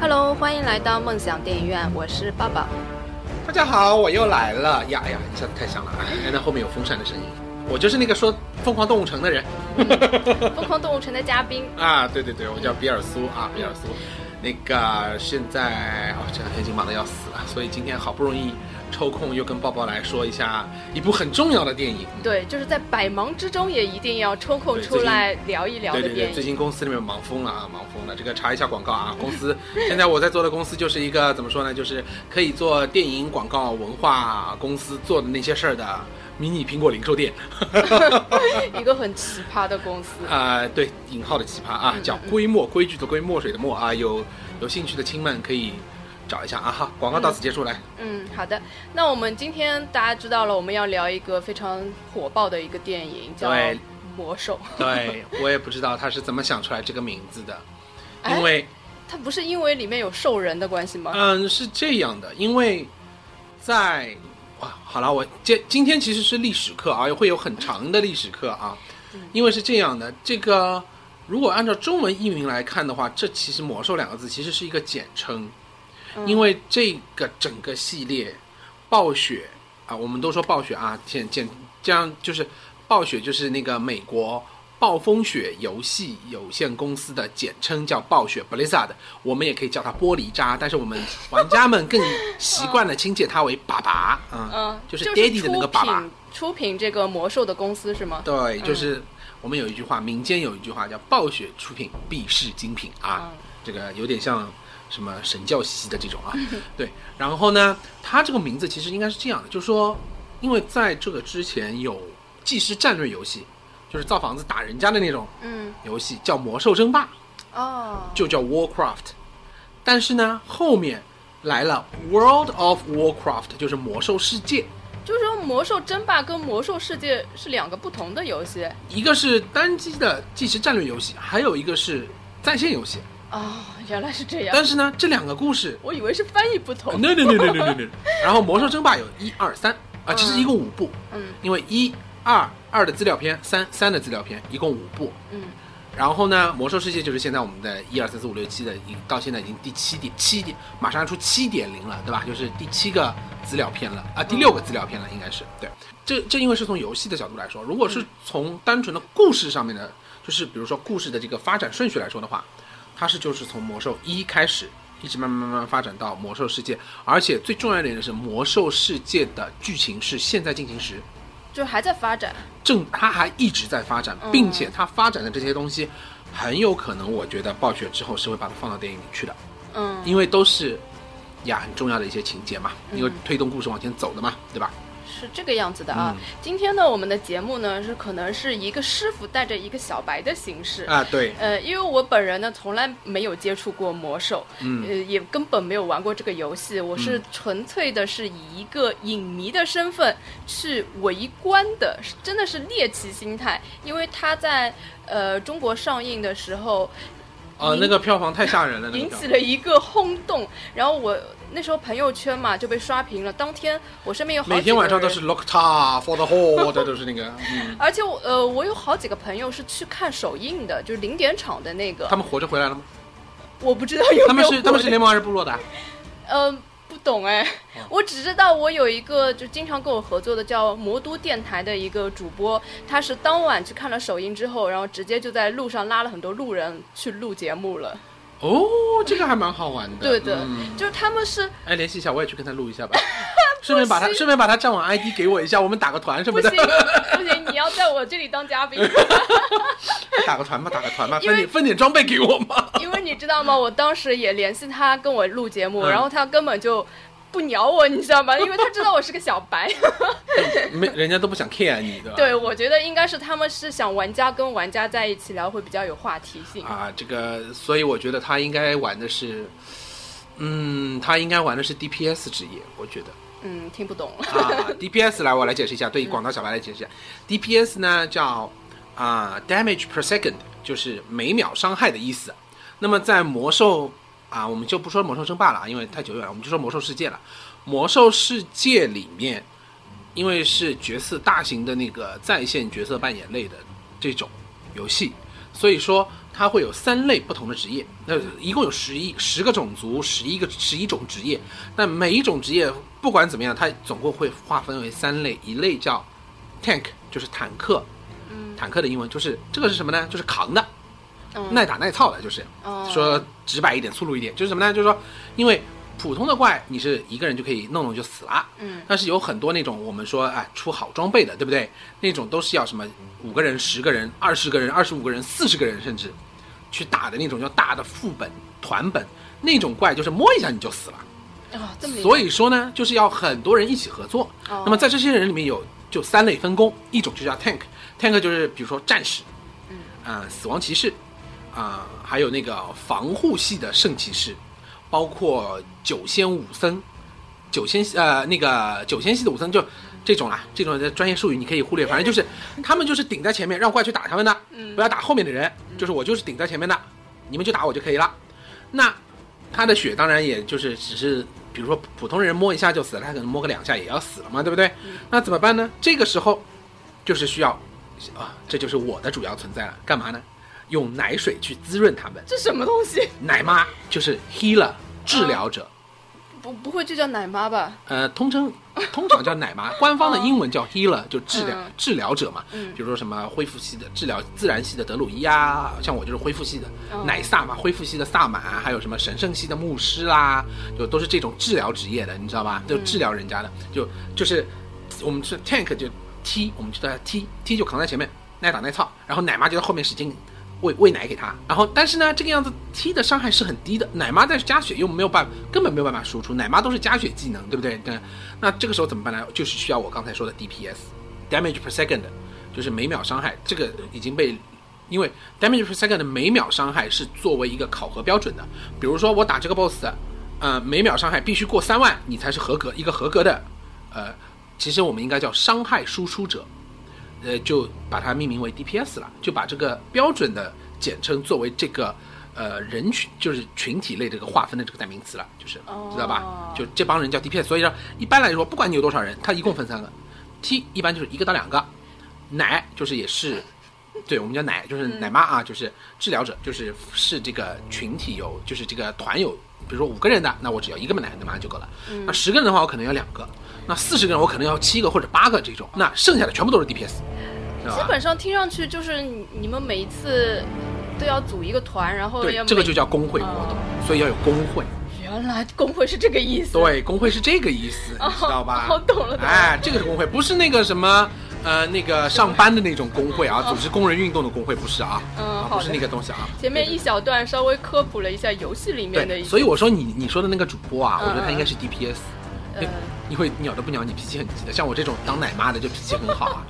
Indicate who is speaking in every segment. Speaker 1: Hello，欢迎来到梦想电影院，我是抱 抱。
Speaker 2: 大家好，我又来了呀呀，这太香了！哎，那后面有风扇的声音，我就是那个说《疯狂动物城》的人
Speaker 1: 疯狂动物城的嘉宾，
Speaker 2: 啊！对对对，我叫比尔苏啊，比尔苏。那个现在哦，这两天已经忙得要死了，所以今天好不容易抽空又跟抱抱来说一下一部很重要的电影。
Speaker 1: 对，就是在百忙之中也一定要抽空
Speaker 2: 对
Speaker 1: 出来聊一聊
Speaker 2: 对
Speaker 1: 的
Speaker 2: 对对，
Speaker 1: 电
Speaker 2: 最
Speaker 1: 影。
Speaker 2: 近公司里面忙疯了啊，忙疯了。这个查一下广告啊，公司 现在我在做的公司就是一个怎么说呢，就是可以做电影广告文化公司做的那些事儿的迷你苹果零售店。
Speaker 1: 一个很奇葩的公司，
Speaker 2: 啊、对，引号的奇葩啊，叫规墨，规矩的规，墨水的墨啊，有有兴趣的亲们可以找一下啊。好，广告到此结束，来，
Speaker 1: 嗯，好的。那我们今天大家知道了，我们要聊一个非常火爆的一个电影，叫
Speaker 2: 对
Speaker 1: 《魔兽》。
Speaker 2: 对 我也不知道他是怎么想出来这个名字的，
Speaker 1: 哎
Speaker 2: 因为
Speaker 1: 它不是因为里面有兽人的关系吗？
Speaker 2: 嗯是这样的，因为在哇，好了，我今今天其实是历史课啊，会有很长的历史课啊，因为是这样的，这个如果按照中文译名来看的话，这其实“魔兽”两个字其实是一个简称，
Speaker 1: 嗯
Speaker 2: 因为这个整个系列，暴雪啊，我们都说暴雪啊，简简这样就是暴雪就是那个美国暴风雪游戏有限公司的简称叫暴雪 （Blizzard），我们也可以叫它玻璃渣，但是我们玩家们更习惯了亲切它为爸爸，嗯，
Speaker 1: 嗯，
Speaker 2: 就是是 daddy 的那个
Speaker 1: 出
Speaker 2: 爸爸
Speaker 1: 品出品这个魔兽的公司是吗？
Speaker 2: 对，就是我们有一句话，民间有一句话叫“暴雪出品必是精品”啊，
Speaker 1: 嗯
Speaker 2: 这个有点像什么神教兮兮的这种啊。 对，然后呢，它这个名字其实应该是这样的，就是说，因为在这个之前有即时战略游戏，就是造房子打人家的那种
Speaker 1: 嗯，
Speaker 2: 游戏，叫《魔兽争霸》，
Speaker 1: 哦，
Speaker 2: 就叫 Warcraft。但是呢，后面来了 World of Warcraft，就是魔兽世界。
Speaker 1: 就是说，《魔兽争霸》跟《魔兽世界》是两个不同的游戏
Speaker 2: 一个是单机的即时战略游戏，还有一个是在线游戏。
Speaker 1: 哦，原来是这样，
Speaker 2: 但是呢，这两个故事呃
Speaker 1: 我以为是翻译不同。
Speaker 2: ，no no no no no no no。然后《魔兽争霸》有一二三啊，其实一共五部，
Speaker 1: 嗯
Speaker 2: 因为一二二的资料片，三三的资料片，一共五部。
Speaker 1: 嗯
Speaker 2: 然后呢，《魔兽世界》就是现在我们的一二三四五六七的，已到现在已经第七点七点，马上要出七点零了，对吧？就是第七个资料片了啊，第六个资料片了，应该是对。这这因为是从游戏的角度来说，如果是从单纯的故事上面的，就是比如说故事的这个发展顺序来说的话，它是就是从魔兽一开始，一直慢慢慢慢发展到魔兽世界，而且最重要一点的是，魔兽世界的剧情是现在进行时，
Speaker 1: 就是还在发展。
Speaker 2: 正它还一直在发展，并且它发展的这些东西，很有可能我觉得暴雪之后是会把它放到电影里去的，
Speaker 1: 嗯，
Speaker 2: 因为都是呀很重要的一些情节嘛，因为推动故事往前走的嘛，对吧？
Speaker 1: 是这个样子的啊。
Speaker 2: 嗯
Speaker 1: 今天呢，我们的节目呢是可能是一个师傅带着一个小白的形式。
Speaker 2: 啊，对，
Speaker 1: 呃，因为我本人呢从来没有接触过魔兽，
Speaker 2: 嗯
Speaker 1: 呃，也根本没有玩过这个游戏，我是纯粹的是以一个影迷的身份去围观的，是真的是猎奇心态，因为它在呃中国上映的时候
Speaker 2: 呃，
Speaker 1: 引
Speaker 2: 那个票房太吓人了，那个
Speaker 1: 引
Speaker 2: 票
Speaker 1: 起了一个轰动，然后我那时候朋友圈嘛就被刷屏了，当天我身边有好
Speaker 2: 每
Speaker 1: 几
Speaker 2: 天
Speaker 1: 个
Speaker 2: 晚上都
Speaker 1: 人
Speaker 2: 是 Lock Ta for the whole，这都是那 个，嗯，
Speaker 1: 而且我呃，我有好几个朋友是去看首映的，就是零点场的那个
Speaker 2: 他，们活着回来了吗？
Speaker 1: 我不知道有没有
Speaker 2: 他们是他们是
Speaker 1: 回来
Speaker 2: 联盟还是部落的啊？
Speaker 1: 呃，不懂哎
Speaker 2: 哦，
Speaker 1: 我只知道我有一个就经常跟我合作的叫魔都电台的一个主播，他是当晚去看了首映之后，然后直接就在路上拉了很多路人去录节目了。
Speaker 2: 哦，这个还蛮好玩的，
Speaker 1: 对的，
Speaker 2: 嗯
Speaker 1: 就是他们是
Speaker 2: 哎，联系一下，我也去跟他录一 下吧，顺便把他顺便把他战网 ID 给我一下，我们打个团什
Speaker 1: 不
Speaker 2: 么的
Speaker 1: 行。不行，你要在我这里当嘉 宾。
Speaker 2: 打个团吧，打个团吧，
Speaker 1: 因为
Speaker 2: 分点分点装备给我嘛。
Speaker 1: 因为你知道吗？我当时也联系他跟我录节目，
Speaker 2: 嗯
Speaker 1: 然后他根本就不鸟我，你知道吗？因为他知道我是个小白。
Speaker 2: 没，人家都不想 care 你， 对吧？
Speaker 1: 对，我觉得应该是他们是想玩家跟玩家在一起聊会比较有话题性。
Speaker 2: 啊，这个，所以我觉得他应该玩的是，嗯，他应该玩的是 DPS 职业，我觉得。
Speaker 1: 嗯，听不懂了。
Speaker 2: 啊，DPS 来我来解释一下，对于广大小白来解释一下，DPS 呢叫啊、damage per second，就是每秒伤害的意思。那么在魔兽啊，我们就不说魔兽争霸了，啊，因为太久远了，我们就说魔兽世界了。魔兽世界里面，因为是角色大型的那个在线角色扮演类的这种游戏，所以说它会有三类不同的职业，那一共有十一十个种族，十一个十一种职业。那每一种职业不管怎么样，它总共会划分为三类，一类叫 tank，就是坦克，
Speaker 1: 嗯
Speaker 2: 坦克的英文就是这个是什么呢？就是扛的，
Speaker 1: 嗯，
Speaker 2: 耐打耐操的，就是
Speaker 1: 哦
Speaker 2: 说直白一点、粗鲁一点，就是什么呢？就是说，因为普通的怪你是一个人就可以弄弄就死了，
Speaker 1: 嗯
Speaker 2: 但是有很多那种我们说哎出好装备的，对不对？那种都是要什么五个人、十个人、二十个人、二十五个人、四十个人甚至去打的那种叫大的副本、团本，那种怪就是摸一下你就死了。
Speaker 1: 哦，这么厉害
Speaker 2: 所以说呢，就是要很多人一起合作。
Speaker 1: 哦
Speaker 2: 那么在这些人里面有就三类分工，一种就叫 tank，tank 就是比如说战士，
Speaker 1: 嗯，
Speaker 2: 啊，死亡骑士，啊、还有那个防护系的圣骑士，包括九仙武僧，九仙呃那个九仙系的武僧就这种啊，这种的专业术语你可以忽略，反 正就是他们就是顶在前面，让怪去打他们的，
Speaker 1: 嗯
Speaker 2: 不要打后面的人，就是我就是顶在前面的，你们就打我就可以了。那他的血当然也就是只是，比如说普通人摸一下就死了，他可能摸个两下也要死了嘛，对不对？那怎么办呢？这个时候就是需要啊，这就是我的主要存在了。干嘛呢？用奶水去滋润他们。
Speaker 1: 这什么东西？
Speaker 2: 奶妈就是 healer 治疗者，
Speaker 1: 不不会就叫奶妈吧？
Speaker 2: 呃，通称通常叫奶妈，官方的英文叫 healer，就治疗、
Speaker 1: 嗯
Speaker 2: 治疗者嘛。
Speaker 1: 嗯
Speaker 2: 比如说什么恢复系的治疗自然系的德鲁伊啊，像我就是恢复系的、
Speaker 1: 哦
Speaker 2: 奶萨嘛，恢复系的萨满啊，还有什么神圣系的牧师啦、就都是这种治疗职业的，你知道
Speaker 1: 嗯
Speaker 2: 吧？就治疗人家的，就就是我们是 tank 就踢，我们就叫他踢，踢就扛在前面，耐打耐操，然后奶妈就在后面使劲。喂喂奶给他，然后但是呢，这个样子踢的伤害是很低的，奶妈再加血又没有办，根本没有办法输出，奶妈都是加血技能，对不对？对，那这个时候怎么办呢？就是需要我刚才说的 DPS，damage per second，就是每秒伤害，这个已经被，因为 damage per second 的每秒伤害是作为一个考核标准的。比如说我打这个 boss，呃，每秒伤害必须过三万，你才是合格，一个合格的，呃，其实我们应该叫伤害输出者，呃，就把它命名为 DPS 了，就把这个标准的简称作为这个。呃，人群就是群体类这个划分的这个代名词了，就是、
Speaker 1: 哦
Speaker 2: 知道吧？就这帮人叫 DPS，所以说一般来说，不管你有多少人，它一共分三个，T 一般就是一个到两个，奶就是也是，对我们叫奶就是
Speaker 1: 嗯
Speaker 2: 奶妈啊，就是治疗者，就是是这个群体有，就是这个团有，比如说五个人的，那我只要一个奶奶妈就够了。
Speaker 1: 嗯
Speaker 2: 那十个人的话，我可能要两个，那四十个人我可能要七个或者八个这种，那剩下的全部都是 DPS，知道
Speaker 1: 基
Speaker 2: 吧？
Speaker 1: 本上听上去就是你你们每一次都要组一个团，然后
Speaker 2: 对
Speaker 1: 要，
Speaker 2: 这个
Speaker 1: 每哦
Speaker 2: 就叫工会活动，所以要有工会。
Speaker 1: 原来工会是这个意思。
Speaker 2: 对，工会是这个意思，你知道吧？
Speaker 1: 哦懂了懂了
Speaker 2: 哎，这个是工会，不是那个什么，呃，那个上班的那种工会啊，组织工人运动的工会不是啊，
Speaker 1: 哦嗯
Speaker 2: 啊，
Speaker 1: 好
Speaker 2: 不
Speaker 1: 的
Speaker 2: 是那个东西啊。
Speaker 1: 前面一小段稍微科普了一下游戏里面的
Speaker 2: 对，
Speaker 1: 一些，
Speaker 2: 所以我说你你说的那个主播啊，
Speaker 1: 嗯
Speaker 2: 我觉得他应该是 DPS，
Speaker 1: 呃，
Speaker 2: 因为鸟都不鸟你，脾气很急的。像我这种当奶妈的就脾气很好啊，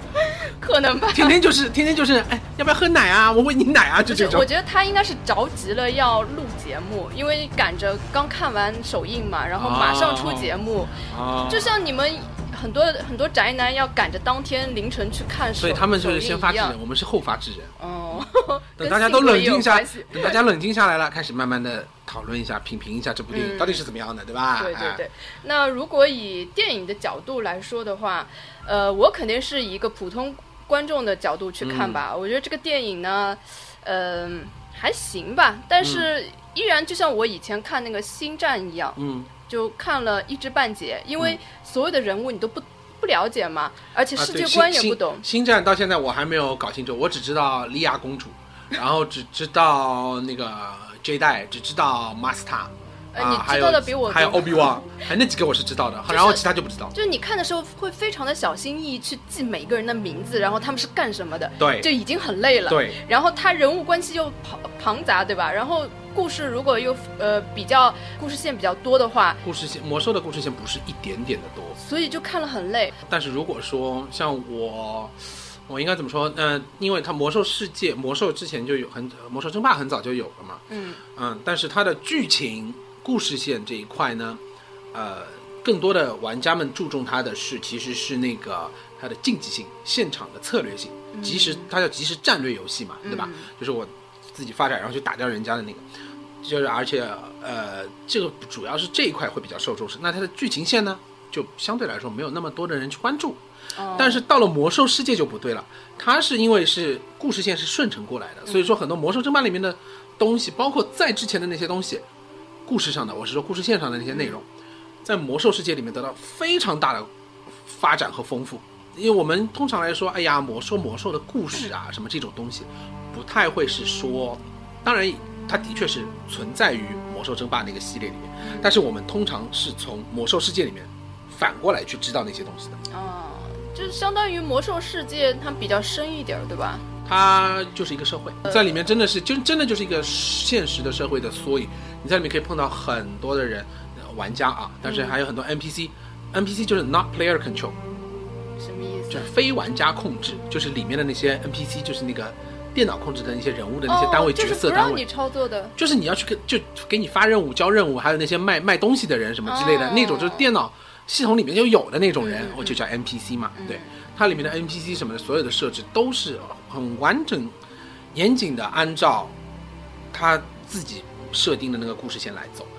Speaker 1: 可能吧。
Speaker 2: 天天就是天天就是，哎，要不要喝奶啊？我喂你奶啊，就
Speaker 1: 不
Speaker 2: 这
Speaker 1: 是，
Speaker 2: 种
Speaker 1: 我。觉得他应该是着急了要录节目，因为赶着刚看完首映嘛，然后马上出节目，
Speaker 2: 啊
Speaker 1: 就像你们很多很多宅男要赶着当天凌晨去看首，
Speaker 2: 所以他们就是
Speaker 1: 首映
Speaker 2: 先发
Speaker 1: 一
Speaker 2: 制
Speaker 1: 样
Speaker 2: 人，我们是后发制人。
Speaker 1: 哦，
Speaker 2: 等
Speaker 1: 跟
Speaker 2: 大家都
Speaker 1: 性格
Speaker 2: 冷
Speaker 1: 也有
Speaker 2: 静下
Speaker 1: 关系，
Speaker 2: 等大家冷静下来了，开始慢慢的讨论一下、品评一下这部电影
Speaker 1: 嗯
Speaker 2: 到底是怎么样的，对吧？
Speaker 1: 对对
Speaker 2: 哎
Speaker 1: 对，那如果以电影的角度来说的话，呃，我肯定是以一个普通观众的角度去看吧。
Speaker 2: 嗯
Speaker 1: 我觉得这个电影呢，嗯、还行吧，但是依然就像我以前看那个《星战》一样，
Speaker 2: 嗯，
Speaker 1: 就看了一知半解，因为所有的人物你都不不了解嘛，而且
Speaker 2: 啊
Speaker 1: 世
Speaker 2: 对
Speaker 1: 界
Speaker 2: 星
Speaker 1: 观也不
Speaker 2: 星
Speaker 1: 懂。
Speaker 2: 星战到现在我还没有搞清楚，我只知道莉亚公主，然后只知道那个 J 代，只知道 Master，
Speaker 1: 呃
Speaker 2: 啊
Speaker 1: 你知
Speaker 2: 还
Speaker 1: 道
Speaker 2: 有
Speaker 1: 的比我
Speaker 2: 还有
Speaker 1: 多
Speaker 2: Obi Wan，还那几个我是知道的，
Speaker 1: 是
Speaker 2: 然后其他就不知道。
Speaker 1: 就是你看的时候会非常的小心翼翼去记每一个人的名字，然后他们是干什么的，
Speaker 2: 对
Speaker 1: 就已经很累了。
Speaker 2: 对，
Speaker 1: 然后他人物关系又庞庞杂，对吧？然后故事如果又呃比较故事线比较多的话，
Speaker 2: 故事线魔兽的故事线不是一点点的多，
Speaker 1: 所以就看了很累。
Speaker 2: 但是如果说像我，我应该怎么说？嗯、因为它魔兽世界，魔兽之前就有很，魔兽争霸很早就有了嘛。
Speaker 1: 嗯
Speaker 2: 嗯，但是它的剧情、故事线这一块呢，呃，更多的玩家们注重它的是，其实是那个它的竞技性、现场的策略性，即时它叫即时战略游戏嘛，对吧？就是我自己发展，然后去打掉人家的那个，就是而且呃，这个主要是这一块会比较受重视。那它的剧情线呢，就相对来说没有那么多的人去关注。
Speaker 1: 哦
Speaker 2: 但是到了魔兽世界就不对了，它是因为是故事线是顺承过来的，所以说很多魔兽争霸里面的东西，包括在之前的那些东西，故事上的，我是说故事线上的那些内容，在魔兽世界里面得到非常大的发展和丰富。因为我们通常来说，哎呀，魔兽魔兽的故事啊，什么这种东西，不太会是说，当然它的确是存在于魔兽争霸那个系列里面，但是我们通常是从魔兽世界里面反过来去知道那些东西的。
Speaker 1: 哦，就是相当于魔兽世界它比较深一点儿，对吧？
Speaker 2: 它就是一个社会，
Speaker 1: 呃
Speaker 2: 在里面真的是就真的就是一个现实的社会的缩影。你在里面可以碰到很多的人，呃玩家啊，但
Speaker 1: 嗯
Speaker 2: 是还有很多 NPC。NPC 就是 not player control，
Speaker 1: 什么意
Speaker 2: 就
Speaker 1: 思
Speaker 2: 是？非玩家控制，就是里面的那些 NPC，就是那个电脑控制的那些人物的那些单位、
Speaker 1: 哦、就
Speaker 2: 角
Speaker 1: 是
Speaker 2: 色
Speaker 1: 不
Speaker 2: 单
Speaker 1: 让
Speaker 2: 位
Speaker 1: 你，操作的。
Speaker 2: 就是你要去跟就给你发任务、交任务，还有那些卖卖东西的人什么之类的、
Speaker 1: 哦
Speaker 2: 那种，就是电脑系统里面就有的那种人
Speaker 1: 嗯，嗯
Speaker 2: 我就叫 NPC 嘛。
Speaker 1: 嗯
Speaker 2: 对，它里面的 NPC 什么的，所有的设置都是很完整、严谨的，按照他自己设定的那个故事线来走的。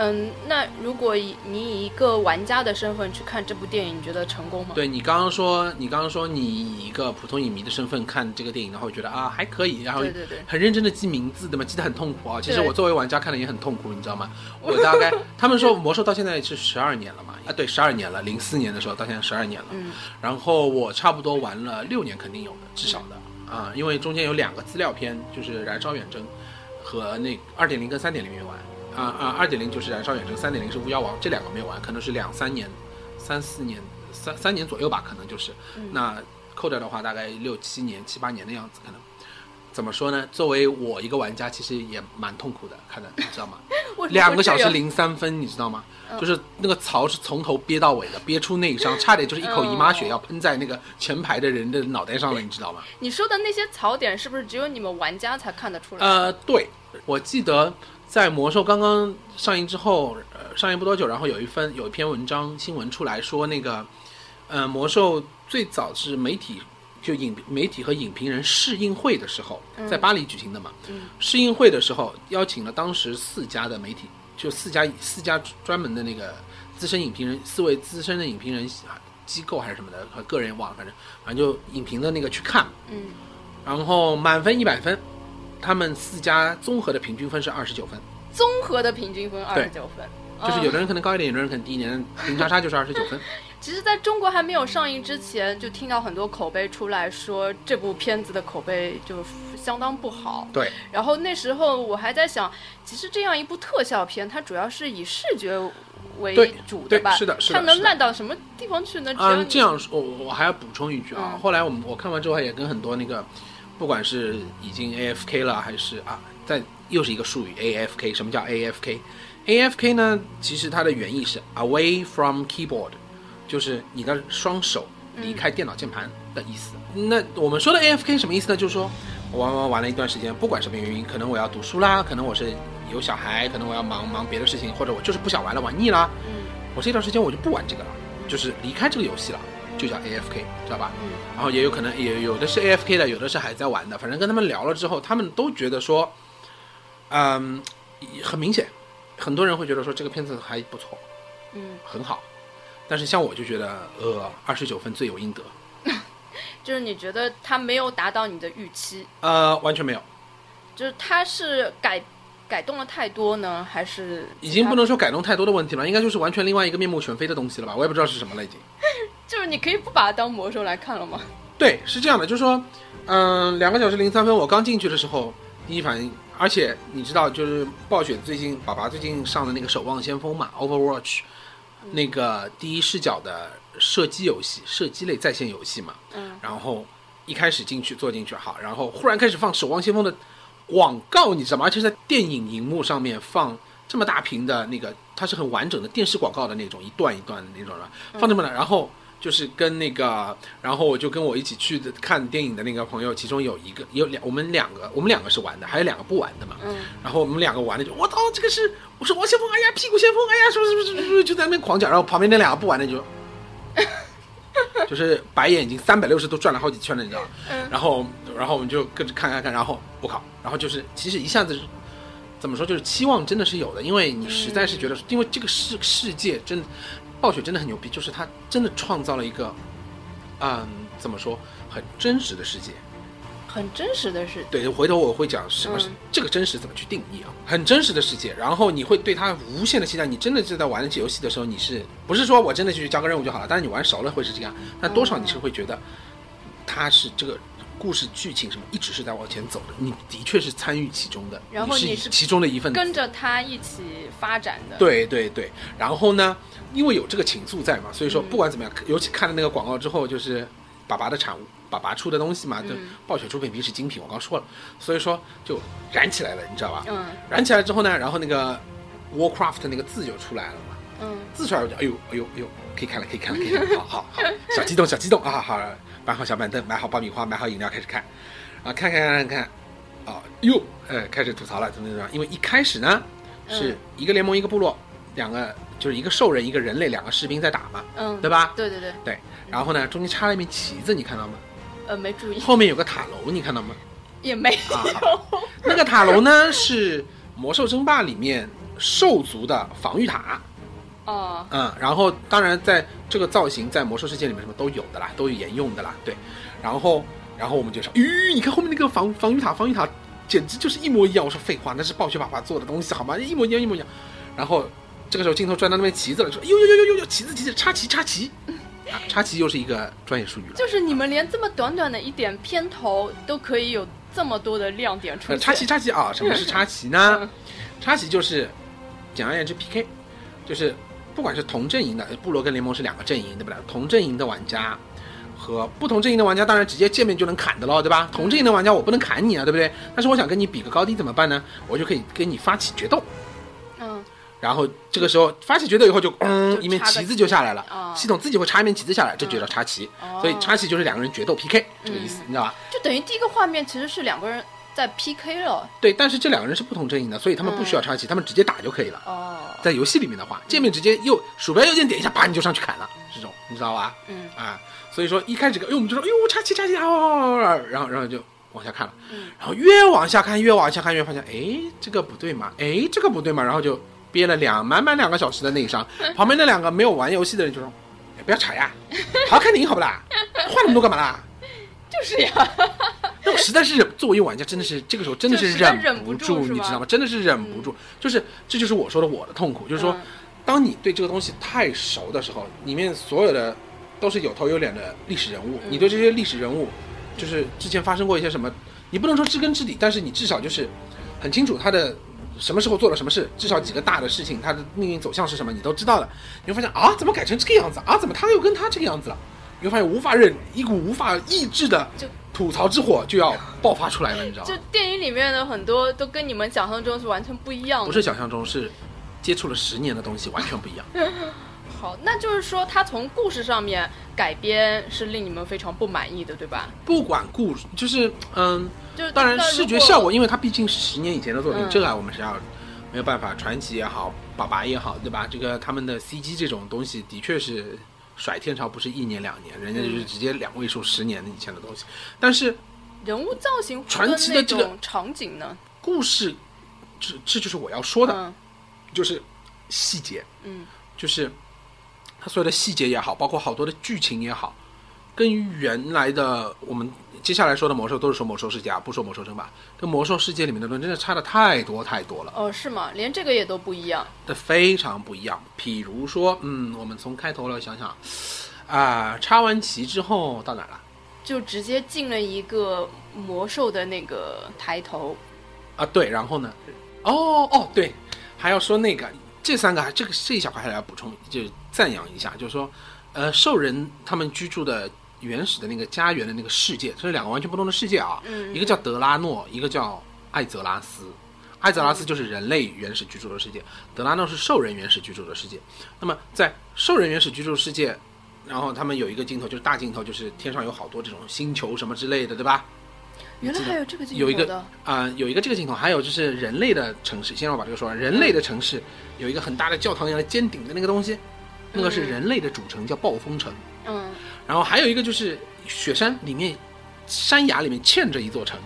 Speaker 1: 嗯，那如果以你以一个玩家的身份去看这部电影，你觉得成功吗？
Speaker 2: 对你刚刚说，你刚刚说你以一个普通影迷的身份看这个电影的话，我觉得啊还可以，然后
Speaker 1: 对对对
Speaker 2: 很认真的记名字，对吗？记得很痛苦啊。其实
Speaker 1: 对
Speaker 2: 我作为玩家看的也很痛苦，你知 道吗？我大概他们说魔兽到现在是十二年了嘛？啊，对，十二年了，零四年的时候到现在十二年了。
Speaker 1: 嗯
Speaker 2: 然后我差不多玩了六年，肯定有的，至少的啊，因为中间有两个资料片，就是《燃烧远征》和那二点零跟三点零没玩啊啊，二点零就是《燃烧远征》，三点零是《巫妖王》，这两个没有玩，可能是两三年、三四年、三三年左右吧，可能就是、
Speaker 1: 嗯
Speaker 2: 那扣掉的话，大概六七年、七八年的样子，可能。怎么说呢？作为我一个玩家，其实也蛮痛苦的，看的，你知道吗？
Speaker 1: 为什么会
Speaker 2: 两个小时
Speaker 1: 这样
Speaker 2: 零三分，你知道吗？就是那个槽是从头憋到尾的，憋出内伤，差点就是一口姨妈血要喷在那个前排的人的脑袋上了，你知道吗？
Speaker 1: 你说的那些槽点，是不是只有你们玩家才看得出来？
Speaker 2: 呃，对，我记得在《魔兽》刚刚上映之后，呃，上映不多久，然后有一份有一篇文章新闻出来说，那个，呃，《魔兽》最早是媒体就影媒体和影评人试映会的时候，
Speaker 1: 嗯
Speaker 2: 在巴黎举行的嘛。试映会的时候邀请了当时四家的媒体，就四家四家专门的那个资深影评人，四位资深的影评人机构还是什么的，和个人网，反正反正就影评的那个去看。
Speaker 1: 嗯，
Speaker 2: 然后满分一百分，他们四家综合的平均分是二十九分，
Speaker 1: 综合的平均分二
Speaker 2: 对
Speaker 1: 十九分，
Speaker 2: 就是有
Speaker 1: 嗯
Speaker 2: 的人可能高一点，有的人可能低一点，零叉叉就是二十九分。
Speaker 1: 其实在中国还没有上映之前，就听到很多口碑出来说这部片子的口碑就相当不好。
Speaker 2: 对，
Speaker 1: 然后那时候我还在想，其实这样一部特效片，它主要是以视觉为
Speaker 2: 对
Speaker 1: 主，
Speaker 2: 对
Speaker 1: 吧？
Speaker 2: 是的是的
Speaker 1: 它能
Speaker 2: 是的
Speaker 1: 烂到什么地方去呢？只要你、
Speaker 2: 嗯，这样说，我我还要补充一句啊，
Speaker 1: 嗯
Speaker 2: 后来我们我看完之后也跟很多那个，不管是已经 AFK 了，还是啊，在又是一个术语 AFK，什么叫 AFK？AFK 呢，其实它的原意是 away from keyboard，就是你的双手
Speaker 1: 嗯
Speaker 2: 离开电脑键盘的意思。那我们说的 AFK 什么意思呢？就是说我玩玩玩了一段时间，不管什么原因，可能我要读书啦，可能我是有小孩，可能我要忙忙别的事情，或者我就是不想玩了，玩腻啦，
Speaker 1: 嗯
Speaker 2: 我这段时间我就不玩这个了，就是离开这个游戏了，就叫 AFK，知道吧？
Speaker 1: 嗯
Speaker 2: 然后也有可能也有的是 AFK 的，有的是还在玩的，反正跟他们聊了之后，他们都觉得说，嗯，很明显，很多人会觉得说这个片子还不错，
Speaker 1: 嗯，
Speaker 2: 很好，但是像我就觉得，呃，二十九分罪有应得，
Speaker 1: 就是你觉得它没有达到你的预期，
Speaker 2: 呃，完全没有，
Speaker 1: 就是它是改改动了太多呢，还是
Speaker 2: 已经不能说改动太多的问题了，应该就是完全另外一个面目全非的东西了吧？我也不知道是什么了已经。
Speaker 1: 就是你可以不把它当魔兽来看了吗？
Speaker 2: 对，是这样的，就是说，嗯、两个小时零三分，我刚进去的时候，第一反应，而且你知道，就是暴雪最近爸爸最近上的那个《守望先锋》嘛，《Overwatch》，那个第一视角的射击游戏，射击类在线游戏嘛，
Speaker 1: 嗯，
Speaker 2: 然后一开始进去坐进去好，然后忽然开始放《守望先锋》的广告，你知道吗？而且是在电影荧幕上面放这么大屏的那个，它是很完整的电视广告的那种，一段一段的那种的，放这么大，然后。就是跟那个，然后我就跟我一起去的看电影的那个朋友，其中有一个有两，我们两个我们两个是玩的，还有两个不玩的嘛。
Speaker 1: 嗯
Speaker 2: 然后我们两个玩的就，我操，这个是我说王先锋，哎呀，屁股先锋，哎呀，什么什么什么什么，就在那边狂讲。然后旁边那两个不玩的就，就是白眼已经三百六十度转了好几圈了，你知道吗？
Speaker 1: 嗯
Speaker 2: 然后，然后我们就跟着看看看，然后我靠，然后就是其实一下子怎么说，就是期望真的是有的，因为你实在是觉得，因为这个世世界真的暴雪真的很牛逼，就是它真的创造了一个，嗯，怎么说，很真实的世界。
Speaker 1: 很真实的是，
Speaker 2: 对，回头我会讲什么是、
Speaker 1: 嗯
Speaker 2: 这个真实怎么去定义啊，很真实的世界，然后你会对它无限的期待。你真的是在玩这游戏的时候，你是不是说我真的去交个任务就好了？但是你玩熟了会是这样，但多少你
Speaker 1: 哦
Speaker 2: 是会觉得它是这个故事剧情什么一直是在往前走的，你的确是参与其中的，
Speaker 1: 然后
Speaker 2: 你
Speaker 1: 你
Speaker 2: 是
Speaker 1: 是
Speaker 2: 其中的一份子。
Speaker 1: 跟着他一起发展的。，
Speaker 2: 对对对，然后呢，因为有这个情愫在嘛，所以说
Speaker 1: 嗯
Speaker 2: 不管怎么样，尤其看了那个广告之后，就是爸爸的产物，爸爸出的东西嘛，就
Speaker 1: 嗯
Speaker 2: 暴雪出品必是精品，我刚说了，所以说就燃起来了，你知道吧？
Speaker 1: 嗯
Speaker 2: 燃起来之后呢，然后那个 Warcraft 那个字就出来了嘛，
Speaker 1: 嗯
Speaker 2: 字出来我就哎呦哎呦哎呦，可以看了可以看了可以看了，好好好，小激动小激动啊，好，搬好小板凳，买好爆米花，买好饮料，开始看，啊看看看看看，哦哟，呃开始吐槽了，怎么怎么样？因为一开始呢是一个联盟一个部落，两个就是一个兽人一个人类两个士兵在打嘛，
Speaker 1: 嗯，
Speaker 2: 对吧？
Speaker 1: 对对对，
Speaker 2: 对，然后呢中间插了一面旗子，你看到吗？
Speaker 1: 呃，没注意，
Speaker 2: 后面有个塔楼，你看到吗？
Speaker 1: 也没
Speaker 2: 啊
Speaker 1: 有。
Speaker 2: 那个塔楼呢是魔兽争霸里面兽族的防御塔。
Speaker 1: 哦，
Speaker 2: 嗯，然后当然在这个造型在魔兽世界里面什么都有的啦，都有沿用的啦，对。然后，然后我们就说，咦，你看后面那个防防御塔，防御塔简直就是一模一样。我说废话，那是暴雪爸爸做的东西好吗？一模一样，一模一样。然后这个时候镜头转到那边旗子了，说，呦呦呦呦呦呦，旗子旗子，插旗插旗，啊，插旗又是一个专业术语了。
Speaker 1: 就是你们连这么短短的一点片头都可以有这么多的亮点出
Speaker 2: 呃，
Speaker 1: 现。
Speaker 2: 插旗插旗啊，什么是插旗呢
Speaker 1: 嗯？
Speaker 2: 插旗就是，简而言之 PK，就是不管是同阵营的，呃部落跟联盟是两个阵营，对不对？同阵营的玩家和不同阵营的玩家，当然直接见面就能砍的喽，对
Speaker 1: 嗯
Speaker 2: 吧？同阵营的玩家我不能砍你啊，对不对？但是我想跟你比个高低怎么办呢？我就可以跟你发起决斗，
Speaker 1: 嗯
Speaker 2: 然后这个时候发起决斗以后就，嗯，
Speaker 1: 就
Speaker 2: 一面
Speaker 1: 插个
Speaker 2: 旗子就下来了，
Speaker 1: 哦
Speaker 2: 系统自己会插一面旗子下来，这就叫插旗。
Speaker 1: 哦
Speaker 2: 所以插旗就是两个人决斗 PK 这个意思，
Speaker 1: 嗯
Speaker 2: 你知道吧？
Speaker 1: 就等于第一个画面其实是两个人在 PK 了。
Speaker 2: 对，但是这两个人是不同阵营的，所以他们不需要插
Speaker 1: 嗯
Speaker 2: 旗，他们直接打就可以了。
Speaker 1: 哦，
Speaker 2: 在游戏里面的话，界面直接右鼠标右键点一下，啪你就上去砍了，这种你知道吧？
Speaker 1: 嗯
Speaker 2: 啊，所以说一开始，哎呦，我们就说，哎呦，插旗插旗，啊哦，然后然后就往下看了，
Speaker 1: 嗯
Speaker 2: 然后越往下看越往下看越发现，哎，这个不对嘛，哎，这个不对嘛，然后就憋了两满满两个小时的内伤，旁边那两个没有玩游戏的人就说，哎不要吵呀，好好看电影好不啦，画那么多干嘛啦？
Speaker 1: 就是呀，
Speaker 2: 那我实在是忍，作为玩家，真的是这个时候真的
Speaker 1: 就实在
Speaker 2: 忍
Speaker 1: 忍
Speaker 2: 不
Speaker 1: 不
Speaker 2: 住，
Speaker 1: 住是
Speaker 2: 你
Speaker 1: 吧
Speaker 2: 知道吗？真的是忍不住，就是这就是我说的我的痛苦，就是说
Speaker 1: 嗯，
Speaker 2: 当你对这个东西太熟的时候，里面所有的都是有头有脸的历史人物，你对这些历史人物，就是之前发生过一些什么，你不能说知根知底，但是你至少就是很清楚他的。什么时候做了什么事？至少几个大的事情，他的命运走向是什么，你都知道了。你会发现啊，怎么改成这个样子啊？怎么他又跟他这个样子了？你会发现无法忍，一股无法抑制的
Speaker 1: 就
Speaker 2: 吐槽之火就要爆发出来了，你知道
Speaker 1: 就
Speaker 2: 吗？
Speaker 1: 电影里面的很多都跟你们想象中是完全不一样的。
Speaker 2: 不是想象中，是接触了十年的东西，完全不一样。
Speaker 1: 好，那就是说他从故事上面改编是令你们非常不满意的，对吧？
Speaker 2: 不管故事，就是嗯，
Speaker 1: 就是
Speaker 2: 当然
Speaker 1: 那如
Speaker 2: 视觉
Speaker 1: 果
Speaker 2: 效果，因为它毕竟是十年以前的作品，
Speaker 1: 嗯
Speaker 2: 这个我们是要没有办法，传奇也好，爸爸也好，对吧？这个他们的 CG 这种东西的确是甩天朝，不是一年两年，人家就是直接两位数十年以前的东西。但是
Speaker 1: 人物造型
Speaker 2: 传奇的这
Speaker 1: 跟
Speaker 2: 个
Speaker 1: 那种场景呢？
Speaker 2: 故事，这这就是我要说的，
Speaker 1: 嗯
Speaker 2: 就是细节，
Speaker 1: 嗯
Speaker 2: 就是它所有的细节也好，包括好多的剧情也好，跟原来的我们接下来说的魔兽都是说魔兽世界啊，不说魔兽争霸，跟魔兽世界里面的论真的差的太多太多了，
Speaker 1: 哦，是吗？连这个也都不一样。
Speaker 2: 这非常不一样。比如说，嗯，我们从开头了想想，啊、插完旗之后到哪了？
Speaker 1: 就直接进了一个魔兽的那个抬头，
Speaker 2: 啊，对，然后呢？哦哦，对，还要说那个这三个，还这个这一小块还要补充，就是赞扬一下，就是说，呃，兽人他们居住的原始的那个家园的那个世界，这是两个完全不同的世界啊，
Speaker 1: 嗯
Speaker 2: 一个叫德拉诺，一个叫艾泽拉斯。艾泽拉斯就是人类原始居住的世界，德拉诺是兽人原始居住的世界。那么在兽人原始居住世界，然后他们有一个镜头，就是大镜头，就是天上有好多这种星球什么之类的，对吧？
Speaker 1: 原来还有这个镜头
Speaker 2: 有一个
Speaker 1: 的，
Speaker 2: 啊、有一个这个镜头，还有就是人类的城市，先让我把这个说完。人类的城市有一个很大的教堂一样的尖顶的那个东西，那个是人类的主城，叫暴风城。
Speaker 1: 嗯
Speaker 2: 然后还有一个就是雪山里面，山崖里面嵌着一座城，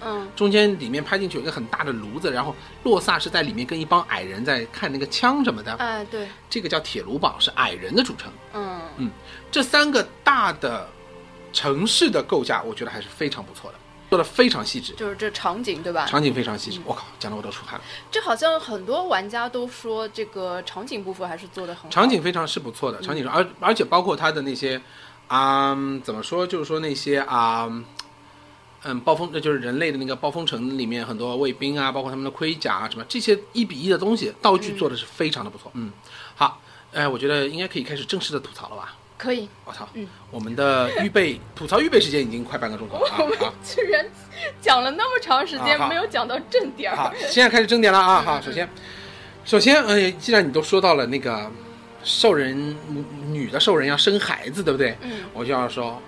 Speaker 1: 嗯
Speaker 2: 中间里面拍进去有一个很大的炉子，然后洛萨是在里面跟一帮矮人在看那个枪什么的，
Speaker 1: 哎对，
Speaker 2: 这个叫铁炉堡，是矮人的组成。
Speaker 1: 嗯
Speaker 2: 这三个大的城市的构架，我觉得还是非常不错的，做的非常细致，
Speaker 1: 就是这场景对吧？
Speaker 2: 场景非常细致。我靠，讲的我都出汗了。
Speaker 1: 这好像很多玩家都说这个场景部分还是做的很好。
Speaker 2: 场景非常是不错的，场景而而且包括它的那些啊、怎么说，就是说那些啊。嗯，暴风，那就是人类的那个暴风城里面很多卫兵啊，包括他们的盔甲啊，什么这些一比一的东西，道具做的是非常的不错。嗯，好，哎、我觉得应该可以开始正式的吐槽了吧？
Speaker 1: 可以，
Speaker 2: 我操，
Speaker 1: 嗯
Speaker 2: 我们的预备吐槽预备时间已经快半个钟头了 啊！
Speaker 1: 我们
Speaker 2: 好
Speaker 1: 居然讲了那么长时
Speaker 2: 啊
Speaker 1: 间
Speaker 2: 好
Speaker 1: 没有讲到正点
Speaker 2: 好
Speaker 1: 儿，，
Speaker 2: 现在开始正点了啊！好，首先，首先，呃，既然你都说到了那个兽人女的兽人要生孩子，对不对？
Speaker 1: 嗯，
Speaker 2: 我就要说，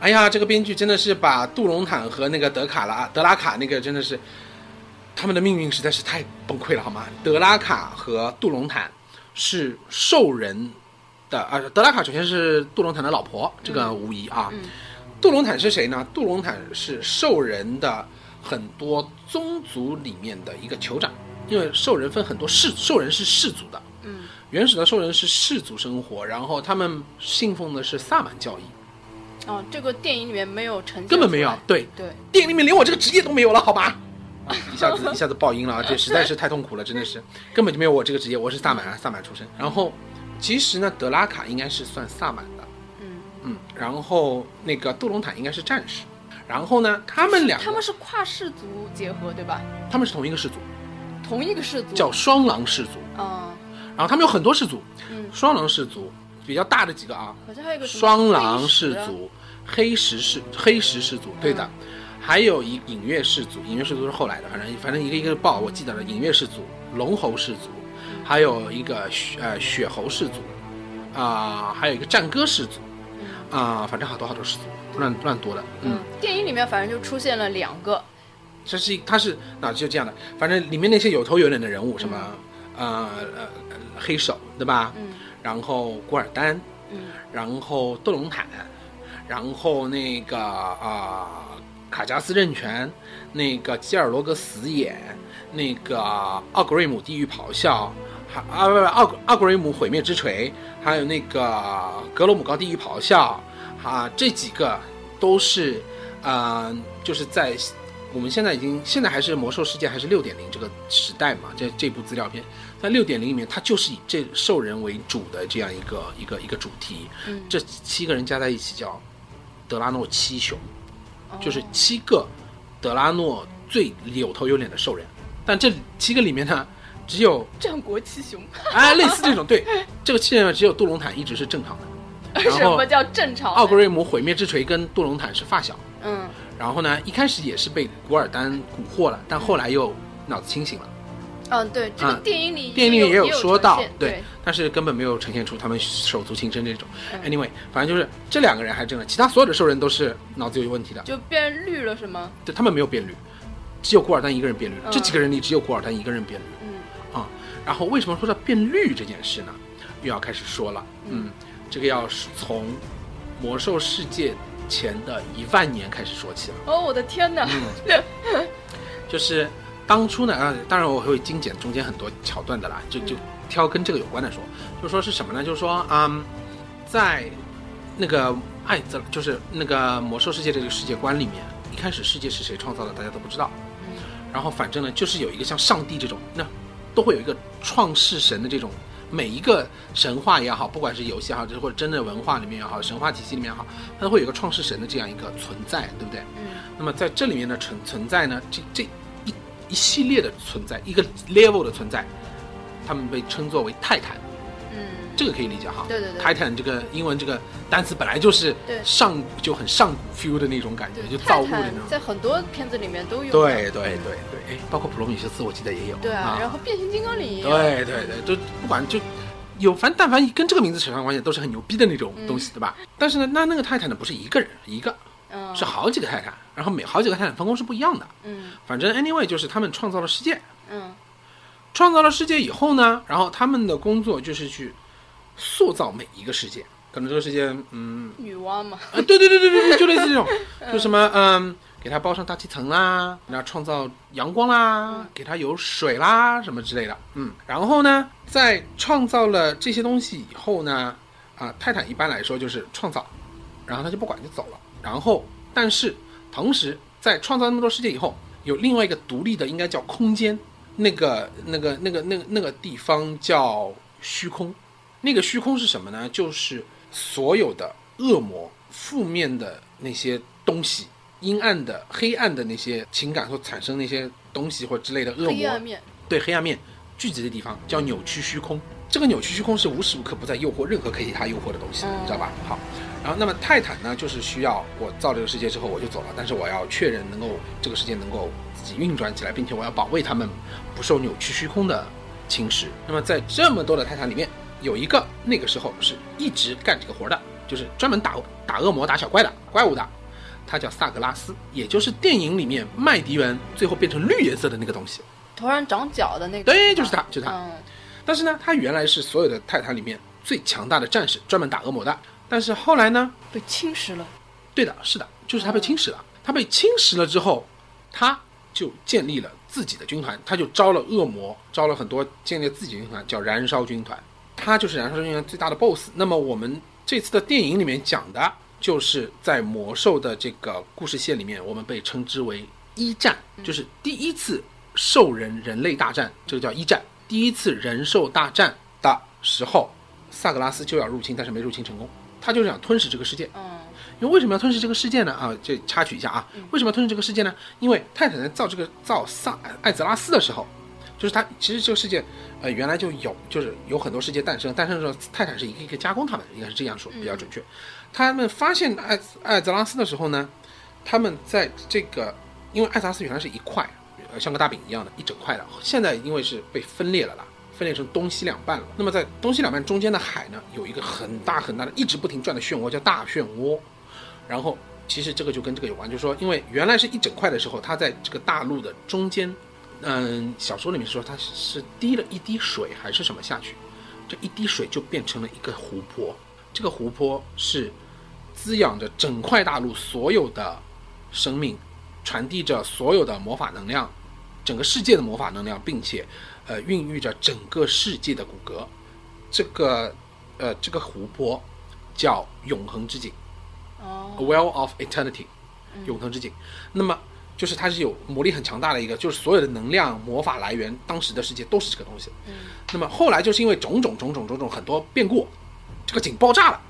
Speaker 2: 哎呀，这个编剧真的是把杜隆坦和那个德卡拉德拉卡那个真的是，他们的命运实在是太崩溃了，好吗？德拉卡和杜隆坦是兽人的啊、德拉卡首先是杜隆坦的老婆，这个无疑啊。
Speaker 1: 嗯
Speaker 2: 杜隆坦是谁呢？杜隆坦是兽人的很多宗族里面的一个酋长，因为兽人分很多氏，兽人是氏族的，
Speaker 1: 嗯
Speaker 2: 原始的兽人是氏族生活，然后他们信奉的是萨满教义，
Speaker 1: 哦，这个电影里面没有呈现，
Speaker 2: 根本没有。对，
Speaker 1: 对，
Speaker 2: 电影里面连我这个职业都没有了，好吧？啊，一下 子一下子爆音了啊！这实在是太痛苦了，真的是根本就没有我这个职业，我是萨满啊，萨满出身。然后，其实呢，德拉卡应该是算萨满的，
Speaker 1: 嗯，
Speaker 2: 嗯，然后那个杜隆坦应该是战士，然后呢，他们两个
Speaker 1: 他们是跨氏族结合对吧？
Speaker 2: 他们是同一个氏族，
Speaker 1: 同一个氏族
Speaker 2: 叫双狼氏族，
Speaker 1: 嗯
Speaker 2: 然后他们有很多氏族，
Speaker 1: 嗯，
Speaker 2: 双狼氏族比较大的几个啊，
Speaker 1: 好像还有一个什么
Speaker 2: 双狼
Speaker 1: 黑
Speaker 2: 氏
Speaker 1: 石啊，嗯
Speaker 2: 族、黑石氏、黑石氏族，对的，还有一影月氏族，影月氏族是后来的，反正反正一个一个报，我记得了，影月氏族、龙猴氏族，
Speaker 1: 嗯
Speaker 2: 还有一个血呃血猴氏族，啊、还有一个战歌氏族，啊、反正好多好多氏族，乱乱多的，
Speaker 1: 嗯，电影里面反正就出现了两个，
Speaker 2: 这是一，他是哪就这样的，反正里面那些有头有脸的人物，什么、呃呃黑手对吧？
Speaker 1: 嗯
Speaker 2: 然后古尔丹，
Speaker 1: 嗯
Speaker 2: 然后斗龙坦，然后那个啊、卡加斯任权，那个基尔罗格死眼，那个奥格瑞姆地狱咆哮，还啊不不奥格奥格瑞姆毁灭之锤，还有那个格罗姆高地狱咆哮，啊这几个都是呃就是在。我们现在已经现在还是魔兽世界还是六点零这个时代嘛？这这部资料片在六点零里面，它就是以这兽人为主的这样一个一个一个主题。
Speaker 1: 嗯
Speaker 2: 这七个人加在一起叫德拉诺七雄，
Speaker 1: 哦
Speaker 2: 就是七个德拉诺最有头有脸的兽人。但这七个里面呢，只有
Speaker 1: 战国七雄，
Speaker 2: 哎类似这种对这个七人呢，只有杜隆坦一直是正常的，然
Speaker 1: 什
Speaker 2: 后
Speaker 1: 么叫正常？
Speaker 2: 奥格瑞姆毁灭之锤跟杜隆坦是发小。
Speaker 1: 嗯
Speaker 2: 然后呢，一开始也是被古尔丹蛊惑了，但后来又脑子清醒了。
Speaker 1: 嗯，对，这个
Speaker 2: 嗯
Speaker 1: 电影里
Speaker 2: 电影里
Speaker 1: 也
Speaker 2: 也有说到
Speaker 1: 呈现，
Speaker 2: 对
Speaker 1: 对，，
Speaker 2: 但是根本没有呈现出他们手足情深这种。
Speaker 1: 嗯
Speaker 2: Anyway，反正就是这两个人还真的，其他所有的兽人都是脑子有问题的，
Speaker 1: 就变绿了是吗？
Speaker 2: 对他们没有变绿，只有古尔丹一个人变绿了。
Speaker 1: 嗯
Speaker 2: 这几个人里只有古尔丹一个人变绿
Speaker 1: 嗯
Speaker 2: 啊。然后为什么说到变绿这件事呢？又要开始说了，嗯，这个要是从魔兽世界前的一万年开始说起了。
Speaker 1: 哦，我的天哪！
Speaker 2: 就是当初呢，啊，当然我会精简中间很多桥段的啦，就就挑跟这个有关的说，就说是什么呢？就是说，嗯，在那个艾泽，就是那个魔兽世界的这个世界观里面，一开始世界是谁创造的，大家都不知道。然后反正呢，就是有一个像上帝这种，那都会有一个创世神的这种，每一个神话也好，不管是游戏也好，就是或者真的文化里面也好，神话体系里面也好，它都会有一个创世神的这样一个存在，对不对？
Speaker 1: 嗯
Speaker 2: 那么在这里面的存存在呢，这这一一系列的存在，一个 level 的存在，他们被称作为泰坦，
Speaker 1: 嗯，
Speaker 2: 这个可以理解哈。
Speaker 1: 对对对
Speaker 2: 泰坦这个英文这个单词本来就是
Speaker 1: 对
Speaker 2: 上就很上古 feel 的那种感觉，就
Speaker 1: 对，泰
Speaker 2: 造物的
Speaker 1: 坦
Speaker 2: 那种。
Speaker 1: 在很多片子里面都有。
Speaker 2: 对对对对，哎，包括普罗米修斯，我记得也有。
Speaker 1: 对啊，
Speaker 2: 啊
Speaker 1: 然后变形金刚里也有
Speaker 2: 对对对，就不管就有，反正但凡跟这个名字扯上关系，都是很牛逼的那种东西，对吧？但是呢，那那个泰坦呢，不是一个人一个，
Speaker 1: 嗯
Speaker 2: 是好几个泰坦，然后每好几个泰坦分工是不一样的。
Speaker 1: 嗯
Speaker 2: 反正 anyway 就是他们创造了世界，
Speaker 1: 嗯
Speaker 2: 创造了世界以后呢，然后他们的工作就是去塑造每一个世界，可能这个世界，嗯，
Speaker 1: 女娲嘛，
Speaker 2: 啊，对对对对对对，就类似这种，就什么，嗯，给它包上大气层啦，给它创造阳光啦，给它有水啦什么之类的。嗯，然后呢，在创造了这些东西以后呢，啊，泰坦一般来说就是创造，然后他就不管就走了。然后，但是同时在创造那么多世界以后，有另外一个独立的，应该叫空间，那个那个那个那个那个地方叫虚空。那个虚空是什么呢？就是所有的恶魔、负面的那些东西、阴暗的、黑暗的那些情感所产生那些东西或之类的恶魔，
Speaker 1: 黑暗面，
Speaker 2: 对黑暗面聚集的地方叫扭曲虚空。这个扭曲虚空是无时无刻不在诱惑任何可以给他诱惑的东西，
Speaker 1: 嗯
Speaker 2: 你知道吧？好，然后那么泰坦呢，就是需要我造这个世界之后我就走了，但是我要确认能够这个世界能够自己运转起来，并且我要保卫他们不受扭曲虚空的侵蚀。那么在这么多的泰坦里面，有一个那个时候是一直干这个活的，就是专门打打恶魔、打小怪的怪物的，他叫萨格拉斯，也就是电影里面麦迪文最后变成绿颜色的那个东西。
Speaker 1: 头上长角的那个，
Speaker 2: 对就是他就是他
Speaker 1: 嗯，
Speaker 2: 但是呢，他原来是所有的泰坦里面最强大的战士，专门打恶魔的。但是后来呢，
Speaker 1: 被侵蚀了，
Speaker 2: 对的，是的，就是他被侵蚀了。他被侵蚀了之后，他就建立了自己的军团，他就招了恶魔，招了很多，建立了自己的军团，叫燃烧军团。他就是燃烧军团最大的 BOSS。那么我们这次的电影里面讲的，就是在魔兽的这个故事线里面，我们被称之为一战，就是第一次兽人人类大战，这个叫一战。第一次人兽大战的时候，萨格拉斯就要入侵，但是没入侵成功，他就是想吞噬这个世界。
Speaker 1: 嗯，
Speaker 2: 因为为什么要吞噬这个世界呢？啊，这插曲一下啊，为什么要吞噬这个世界呢？因为泰坦在造这个造萨艾泽拉斯的时候，就是他其实这个世界，呃，原来就有，就是有很多世界诞生，诞生的时候泰坦是一个一个加工他们的，应该是这样说比较准确。他们发现艾艾泽拉斯的时候呢，他们在这个，因为艾泽拉斯原来是一块，呃，像个大饼一样的，一整块的，现在因为是被分裂了啦。分裂成东西两半了。那么在东西两半中间的海呢，有一个很大很大的、一直不停转的漩涡，叫大漩涡。然后其实这个就跟这个有关，就是说，因为原来是一整块的时候，它在这个大陆的中间，嗯，小说里面是说它是是滴了一滴水还是什么下去，这一滴水就变成了一个湖泊，这个湖泊是滋养着整块大陆所有的生命，传递着所有的魔法能量，整个世界的魔法能量，并且呃孕育着整个世界的骨骼。这个呃这个湖泊叫永恒之井。
Speaker 1: 哦，
Speaker 2: Well of Eternity，永恒之井。那么就是它是有魔力很强大的一个，就是所有的能量、魔法来源，当时的世界都是这个东西。那么后来就是因为种种种种种种很多变故，这个井爆炸了，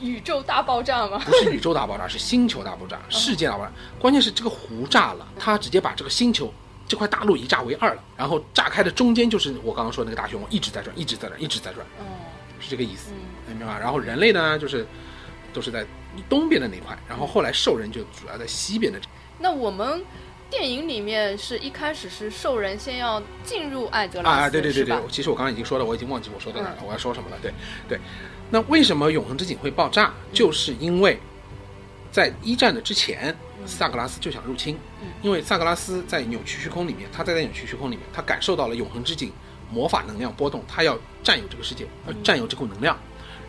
Speaker 1: 宇宙大爆炸吗？
Speaker 2: 不是宇宙大爆炸，是星球大爆炸，世界大爆炸。关键是这个湖炸了，它直接把这个星球。这块大陆一炸为二了，然后炸开的中间就是我刚刚说的那个大漩涡，一直在转，一直在转，一直在转，
Speaker 1: 嗯，
Speaker 2: 是这个意思，
Speaker 1: 嗯
Speaker 2: 你明白吧？然后人类呢，就是都是在东边的那块，然后后来兽人就主要在西边的这
Speaker 1: 那我们电影里面是一开始是兽人先要进入艾泽拉斯，
Speaker 2: 啊，对对
Speaker 1: 是
Speaker 2: 对
Speaker 1: 吧嗯
Speaker 2: 对，其实我刚刚已经说了，我已经忘记我说到哪儿了，我要说什么了。对对，那为什么永恒之井会爆炸？
Speaker 1: 嗯
Speaker 2: 就是因为在一战的之前，萨格拉斯就想入侵，
Speaker 1: 嗯
Speaker 2: 因为萨格拉斯在扭曲虚空里面，他在在扭曲虚空里面，他感受到了永恒之井魔法能量波动，他要占有这个世界，
Speaker 1: 嗯
Speaker 2: 要占有这股能量，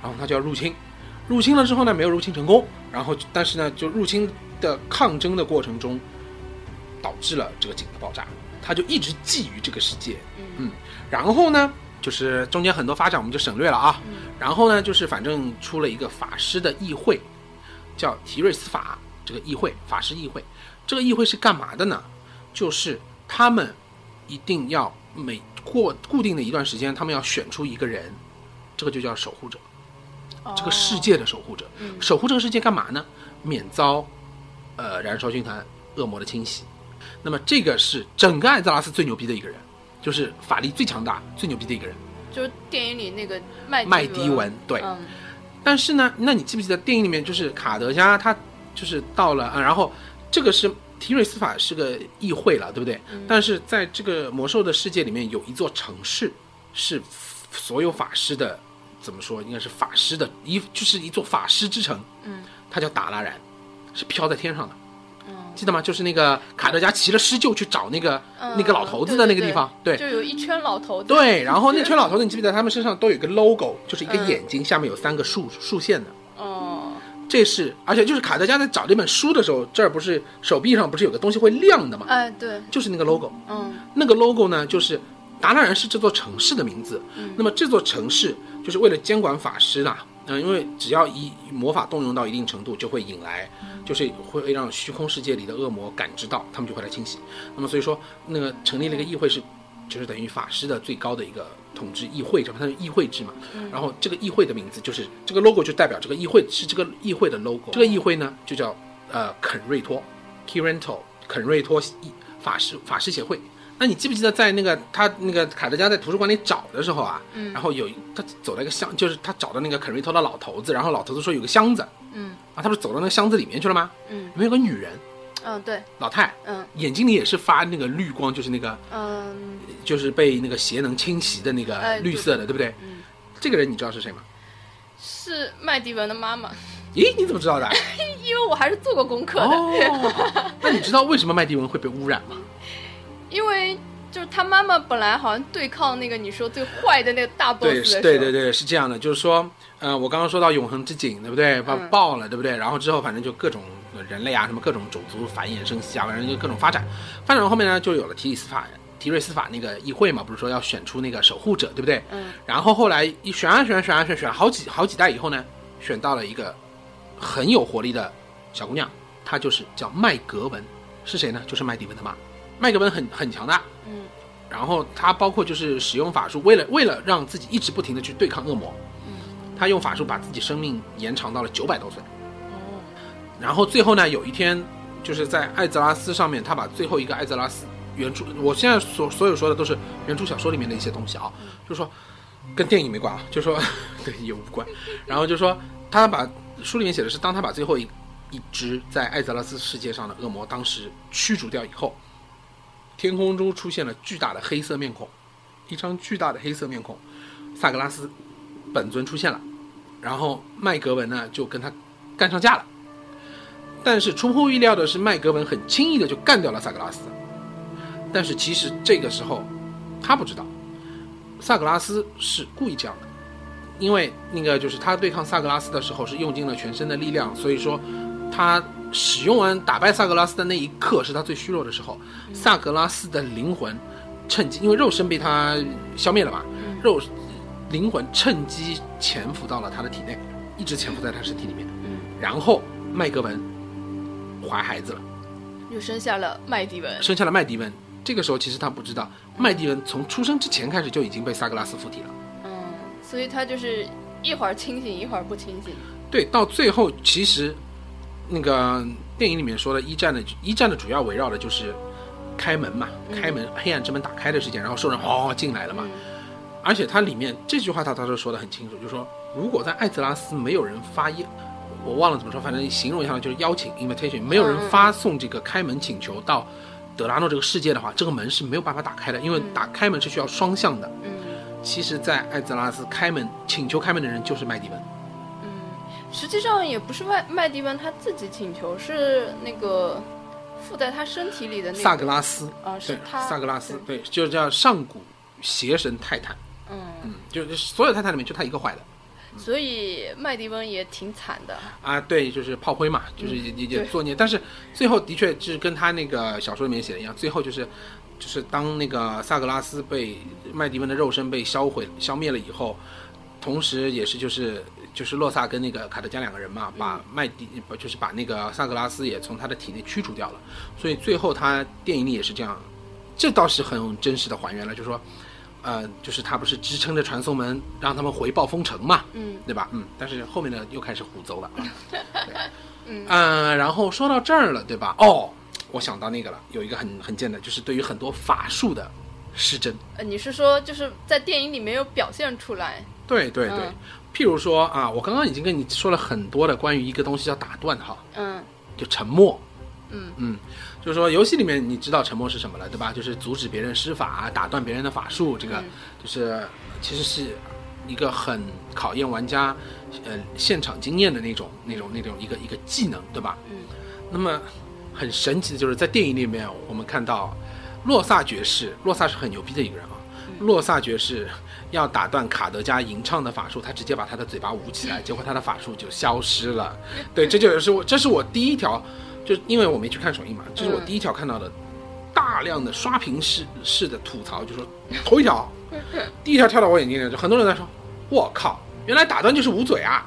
Speaker 2: 然后他就要入侵。入侵了之后呢，没有入侵成功，然后但是呢，就入侵的抗争的过程中，导致了这个井的爆炸，他就一直觊觎这个世界，
Speaker 1: 嗯
Speaker 2: 然后呢，就是中间很多发展我们就省略了啊。然后呢，就是反正出了一个法师的议会，叫提瑞斯法这个议会，法师议会。这个议会是干嘛的呢？就是他们一定要每过固定的一段时间，他们要选出一个人，这个就叫守护者，这个世，界的守护者。
Speaker 1: 嗯
Speaker 2: 守护这个世界干嘛呢？免遭呃燃烧军团恶魔的侵袭。那么这个是整个艾泽拉斯最牛逼的一个人，就是法力最强大、最牛逼的一个人，
Speaker 1: 哦就是电影里那个麦
Speaker 2: 麦迪
Speaker 1: 迪
Speaker 2: 文。对，
Speaker 1: 嗯
Speaker 2: 但是呢，那你记不记得电影里面就是卡德加他就是到了，啊、然后这个是提瑞斯法是个议会了，对不对？
Speaker 1: 嗯
Speaker 2: 但是在这个魔兽的世界里面，有一座城市是所有法师的怎么说，应该是法师的一就是一座法师之城，
Speaker 1: 嗯，
Speaker 2: 它叫达拉然，是飘在天上的。
Speaker 1: 嗯
Speaker 2: 记得吗？就是那个卡德加骑了狮鹫去找那个、
Speaker 1: 嗯
Speaker 2: 那个老头子的那个地方，
Speaker 1: 对就有一圈老头子，
Speaker 2: 对，然后那圈老头子，你记不记得他们身上都有一个 logo，就是一个
Speaker 1: 嗯
Speaker 2: 眼睛，下面有三个竖竖线的。
Speaker 1: 哦，
Speaker 2: 这是，而且就是卡德加在找这本书的时候，这儿不是手臂上不是有个东西会亮的吗？
Speaker 1: 哎，对，
Speaker 2: 就是那个 logo。
Speaker 1: 嗯
Speaker 2: 那个 logo 呢，就是达纳然是这座城市的名字。那么这座城市就是为了监管法师啦，嗯、因为只要以魔法动用到一定程度，就会引来，就是会让虚空世界里的恶魔感知到，他们就会来清洗。那么所以说，那个成立了一个议会是，就是等于法师的最高的一个统治议会，这不它是议会制嘛。然后这个议会的名字就是这个 logo 就代表这个议会是这个议会的 logo，这个议会呢就叫呃肯瑞托 （Kirento） 肯瑞托议法师法师协会。那你记不记得在那个他那个卡德加在图书馆里找的时候啊，
Speaker 1: 嗯
Speaker 2: 然后有一他走到一个箱，就是他找到那个肯瑞托的老头子，然后老头子说有个箱子，
Speaker 1: 嗯
Speaker 2: 啊，他不是走到那个箱子里面去了吗？
Speaker 1: 嗯
Speaker 2: 里面有个女人，
Speaker 1: 嗯，对，
Speaker 2: 老太，
Speaker 1: 嗯
Speaker 2: 眼睛里也是发那个绿光，就是那个
Speaker 1: 嗯，
Speaker 2: 就是被那个邪能侵袭的那
Speaker 1: 哎
Speaker 2: 个
Speaker 1: 对
Speaker 2: 绿色的，对不对？
Speaker 1: 嗯
Speaker 2: 这个人你知道是谁吗？
Speaker 1: 是麦迪文的妈妈，
Speaker 2: 咦，你怎么 知道的？
Speaker 1: 因为我还是做过功课的，
Speaker 2: 哦，那你知道为什么麦迪文会被污染吗？
Speaker 1: 因为就是他妈妈本来好像对抗那个你说最坏的那个大 boss
Speaker 2: 对，
Speaker 1: 的时
Speaker 2: 是
Speaker 1: 候，
Speaker 2: 对对对，是这样的，就是说，呃，我刚刚说到永恒之井，对不对？把
Speaker 1: 嗯
Speaker 2: 爆了，对不对？然后之后反正就各种人类啊，什么各种种族繁衍生息啊，反正就各种发展，发展到后面呢，就有了提里斯法、提瑞斯法那个议会嘛，不是说要选出那个守护者，对不对？
Speaker 1: 嗯
Speaker 2: 然后后来一选啊选啊选啊选啊选啊，好几好几代以后呢，选到了一个很有活力的小姑娘，她就是叫麦格文，是谁呢？就是麦迪文的妈。麦格文很很强大，
Speaker 1: 嗯
Speaker 2: 然后他包括就是使用法术，为了为了让自己一直不停的去对抗恶魔，他用法术把自己生命延长到了九百多岁。
Speaker 1: 哦
Speaker 2: 然后最后呢，有一天就是在艾泽拉斯上面，他把最后一个艾泽拉斯原著，我现在所所有说的都是原著小说里面的一些东西啊，就是说跟电影没关啊，就说对也无关。然后就说他把书里面写的是，当他把最后一一只在艾泽拉斯世界上的恶魔当时驱逐掉以后，天空中出现了巨大的黑色面孔，一张巨大的黑色面孔，萨格拉斯本尊出现了，然后麦格文呢就跟他干上架了。但是出乎意料的是，麦格文很轻易的就干掉了萨格拉斯。但是其实这个时候，他不知道，萨格拉斯是故意这样的，因为那个就是他对抗萨格拉斯的时候是用尽了全身的力量，所以说他使用完打败萨格拉斯的那一刻是他最虚弱的时候，萨格拉斯的灵魂趁机，因为肉身被他消灭了嘛，肉灵魂趁机潜伏到了他的体内，一直潜伏在他身体里面，
Speaker 1: 嗯，
Speaker 2: 然后麦格文怀孩子了，
Speaker 1: 嗯又生下了麦迪文，
Speaker 2: 生下了麦迪文。这个时候其实他不知道，麦迪文从出生之前开始就已经被萨格拉斯附体了。
Speaker 1: 嗯，所以他就是一会儿清醒，一会儿不清醒，
Speaker 2: 对，到最后其实那个电影里面说的一战的一战的主要围绕的就是开门嘛，开门黑暗之门打开的事件，然后兽人哗、进来了嘛。而且它里面这句话他当时说的很清楚，就是说如果在艾泽拉斯没有人发邀，我忘了怎么说，反正形容一下就是邀请 invitation，没有人发送这个开门请求到德拉诺这个世界的话，这个门是没有办法打开的，因为打开门是需要双向的。
Speaker 1: 嗯
Speaker 2: 其实，在艾泽拉斯开门请求开门的人就是麦迪文。
Speaker 1: 嗯，实际上也不是麦麦迪文他自己请求，是那个附在他身体里的那个
Speaker 2: 萨格拉斯
Speaker 1: 啊是
Speaker 2: 对，
Speaker 1: 他
Speaker 2: 萨格拉斯，对，就叫上古邪神泰坦，
Speaker 1: 嗯，
Speaker 2: 嗯，就是所有泰坦里面就他一个坏的
Speaker 1: 所以麦迪文也挺惨的，
Speaker 2: 啊，对，就是炮灰嘛，就是也、也也
Speaker 1: 嗯对
Speaker 2: 作孽，但是最后的确就是跟他那个小说里面写的一样，最后就是就是当那个萨格拉斯被麦迪文的肉身被销毁消灭了以后，同时也是就是就是洛萨跟那个卡德加两个人嘛，把
Speaker 1: 嗯
Speaker 2: 麦迪不就是把那个萨格拉斯也从他的体内驱逐掉了，所以最后他电影里也是这样，这倒是很真实的还原了，就是说，呃，就是他不是支撑着传送门让他们回暴风城嘛，
Speaker 1: 嗯，
Speaker 2: 对吧？嗯，但是后面呢又开始 胡诌了，啊对嗯、然后说到这儿了，对吧？哦，我想到那个了，有一个很很贱的，就是对于很多法术的失真。
Speaker 1: 呃，你是说就是在电影里没有表现出来？
Speaker 2: 对对对，
Speaker 1: 嗯
Speaker 2: 譬如说啊，我刚刚已经跟你说了很多的关于一个东西叫打断哈，
Speaker 1: 嗯
Speaker 2: 就沉默。
Speaker 1: 嗯
Speaker 2: 嗯，就是说游戏里面你知道沉默是什么了，对吧？就是阻止别人施法，打断别人的法术，这个
Speaker 1: 嗯
Speaker 2: 就是其实是一个很考验玩家呃现场经验的那种那种那种一个一个技能，对吧？
Speaker 1: 嗯
Speaker 2: 那么很神奇的就是在电影里面我们看到洛萨爵士，洛萨是很牛逼的一个人啊，洛萨爵士要打断卡德加吟唱的法术，他直接把他的嘴巴捂起来，结果他的法术就消失了。对，这就是我，这是我第一条，就因为我没去看首映嘛，这是我第一条看到的大量的刷屏式式的吐槽，就说头一条，第一条跳到我眼睛里，就很多人在说，我靠，原来打断就是捂嘴啊，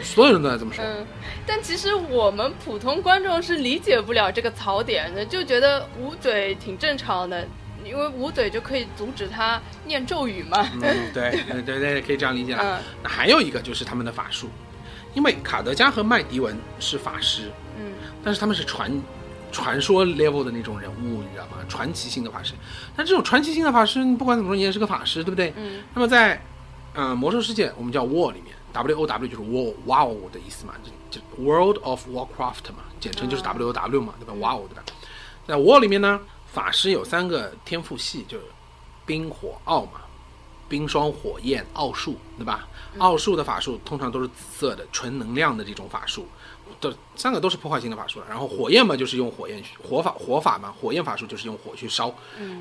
Speaker 2: 所有人都在这么说。
Speaker 1: 嗯，但其实我们普通观众是理解不了这个槽点的，就觉得捂嘴挺正常的，因为捂嘴就可以阻止他念咒语嘛。
Speaker 2: 嗯，对，对对对，可以这样理解了。
Speaker 1: 嗯
Speaker 2: 那还有一个就是他们的法术，因为卡德加和麦迪文是法师，
Speaker 1: 嗯
Speaker 2: 但是他们是传传说 level 的那种人物，你知道吗？传奇性的法师。但这种传奇性的法师，你不管怎么说，你也是个法师，对不对？
Speaker 1: 嗯
Speaker 2: 那么在呃魔兽世界，我们叫 War 里面，W O W 就是 War Wow 的意思嘛，就就 World of Warcraft 嘛，简称就是 W O W 嘛，对吧？Wow 对吧？在 War 里面呢，法师有三个天赋系，就是冰火奥嘛，冰霜火焰奥术，对吧？奥术的法术通常都是紫色的，纯能量的这种法术。这三个都是破坏性的法术了，然后火焰嘛，就是用火焰去火法火法嘛，火焰法术就是用火去烧，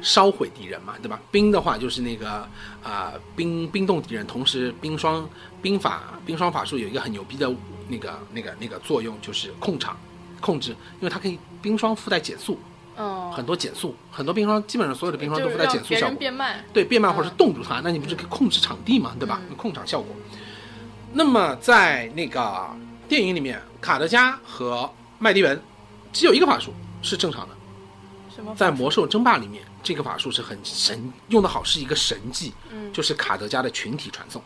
Speaker 2: 烧毁敌人嘛，对吧？冰的话就是那个啊、呃冰冰冻敌人，同时冰霜冰法冰霜法术有一个很牛逼的那个那个那个作用，就是控场控制，因为它可以冰霜附带减速，
Speaker 1: 哦，
Speaker 2: 很多减速，很多冰霜基本上所有的冰霜
Speaker 1: 就
Speaker 2: 都
Speaker 1: 是
Speaker 2: 附带减
Speaker 1: 让
Speaker 2: 速
Speaker 1: 别
Speaker 2: 效果
Speaker 1: 人，变慢。
Speaker 2: 对，变慢或者是冻住它，那你不是可以控制场地嘛，对吧？
Speaker 1: 嗯
Speaker 2: 控场效果。那么在那个电影里面，卡德加和麦迪文只有一个法术是正常的，
Speaker 1: 什么？
Speaker 2: 在魔兽争霸里面，这个法术是很神，用的好是一个神技，
Speaker 1: 嗯
Speaker 2: 就是卡德加的群体传送，